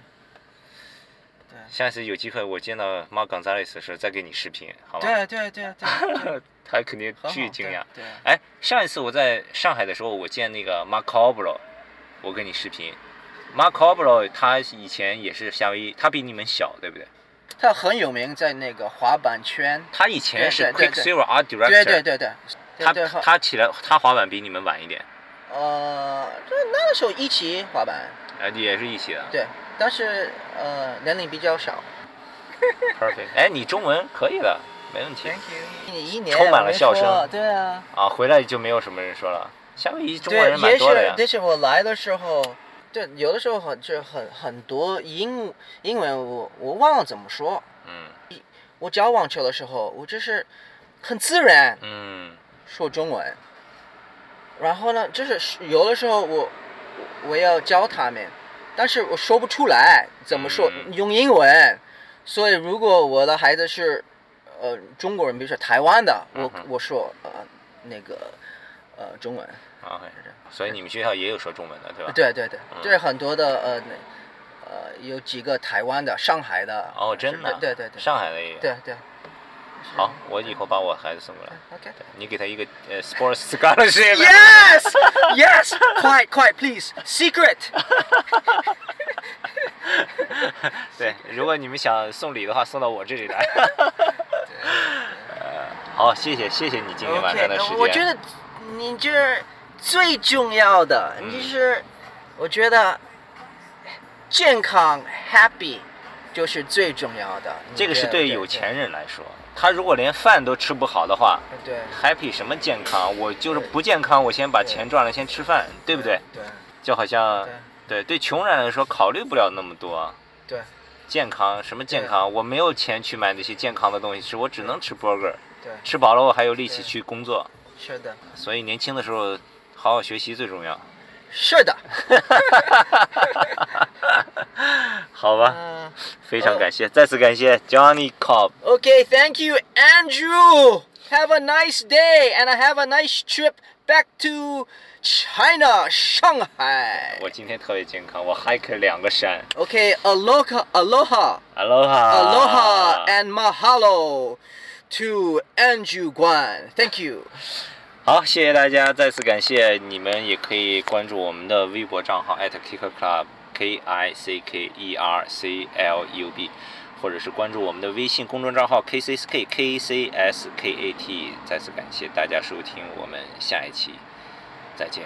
S2: 对
S1: 下次有机会我见到 Mark Gonzalez 的时候再给你视频，好吗？
S2: 对对对对，
S1: 他肯定 [laughs]
S2: 很
S1: 巨
S2: 好
S1: 惊
S2: 对
S1: 讶。
S2: 对，
S1: 哎，上一次我在上海的时候，我见那个 Marco b r o 我跟你视频。Marco b r o 他以前也是夏威夷，他比你们小，对不对？
S2: 他很有名，在那个滑板圈，
S1: 他以前是
S2: 对对对
S1: Quicksilver Art Director，
S2: 对对对对，对
S1: 他
S2: 对好
S1: 他起来他滑板比你们晚一点，
S2: 呃，就那个时候一起滑板，
S1: 呃，也是一起的。
S2: 对，但是呃年龄比较少
S1: Perfect，哎，你中文可以了，没问题
S2: ，Thank you，一年
S1: 充满了
S2: 没
S1: 笑声
S2: 说对啊。
S1: 啊。回来就没有什么人说了，夏威夷中国
S2: 对，
S1: 人蛮
S2: 也
S1: 多的呀
S2: 是，。但是我来的时候，对，有的时候很就很很多英英文我我忘了怎么说。
S1: 嗯
S2: 我教网球的时候，我就是很自然
S1: 嗯
S2: 说中文。然后呢，就是有的时候我我我要教他们，但是我说不出来怎么说，
S1: 嗯
S2: 用英文。所以如果我的孩子是呃中国人，比如说台湾的，我、
S1: 嗯哼
S2: 我说呃那个呃中文。
S1: 啊，所以你们学校也有说中文的，对吧？。
S2: 对对对，
S1: 嗯
S2: 就是很多的呃那呃，有几个台湾的、上海的。
S1: 哦，
S2: 是
S1: 真的。
S2: 对对对。
S1: 上海的也有。
S2: 对对。
S1: 好，我以后把我孩子送过来。
S2: OK。
S1: 你给他一个呃 sports scholarship。
S2: Yes, yes. 快快，please. Secret.
S1: [laughs] 对，如果你们想送礼的话，送到我这里来。 [laughs] 呃，好，谢谢谢谢你今天晚
S2: OK，
S1: 上的时间。
S2: 我觉得你就是最重要的，
S1: 嗯
S2: 就是我觉得健康、happy 就是最重要的。
S1: 这个是对有钱人来说，他如果连饭都吃不好的话
S2: 对
S1: ，happy 什么健康？我就是
S2: 对
S1: 不健康，我先把钱赚了，先吃饭，对不对？？
S2: 对
S1: 就好像
S2: 对
S1: 对对穷人来说，考虑不了那么多。
S2: 对
S1: 健康什么健
S2: 对
S1: 康？我没有钱去买那些健康的东西吃，我只能吃 burger。
S2: 对，
S1: 吃饱了，我还有力气
S2: 对
S1: 去工作。
S2: 是的，
S1: [laughs] 所以年轻的时候，好好学习最重
S2: [laughs]
S1: 要。
S2: 是的。
S1: 好吧，
S2: 嗯
S1: 非常感谢，再次感谢 Johnny Cobb。
S2: Okay, thank you, Andrew. Have a nice day and have a nice trip back to
S1: [laughs]
S2: China, Shanghai.
S1: 我今天特别健康，我 hike 两个山。
S2: Okay, aloha, aloha,
S1: Aloha，Aloha
S2: aloha and mahalo to Andrew Guan. Thank you.
S1: 好，谢谢大家，再次感谢你们，也可以关注我们的微博账号 @kicker club k i c k e r c l u b，或者是关注我们的微信公众账号 k c s k k c s k a t。再次感谢大家收听，我们下一期再见。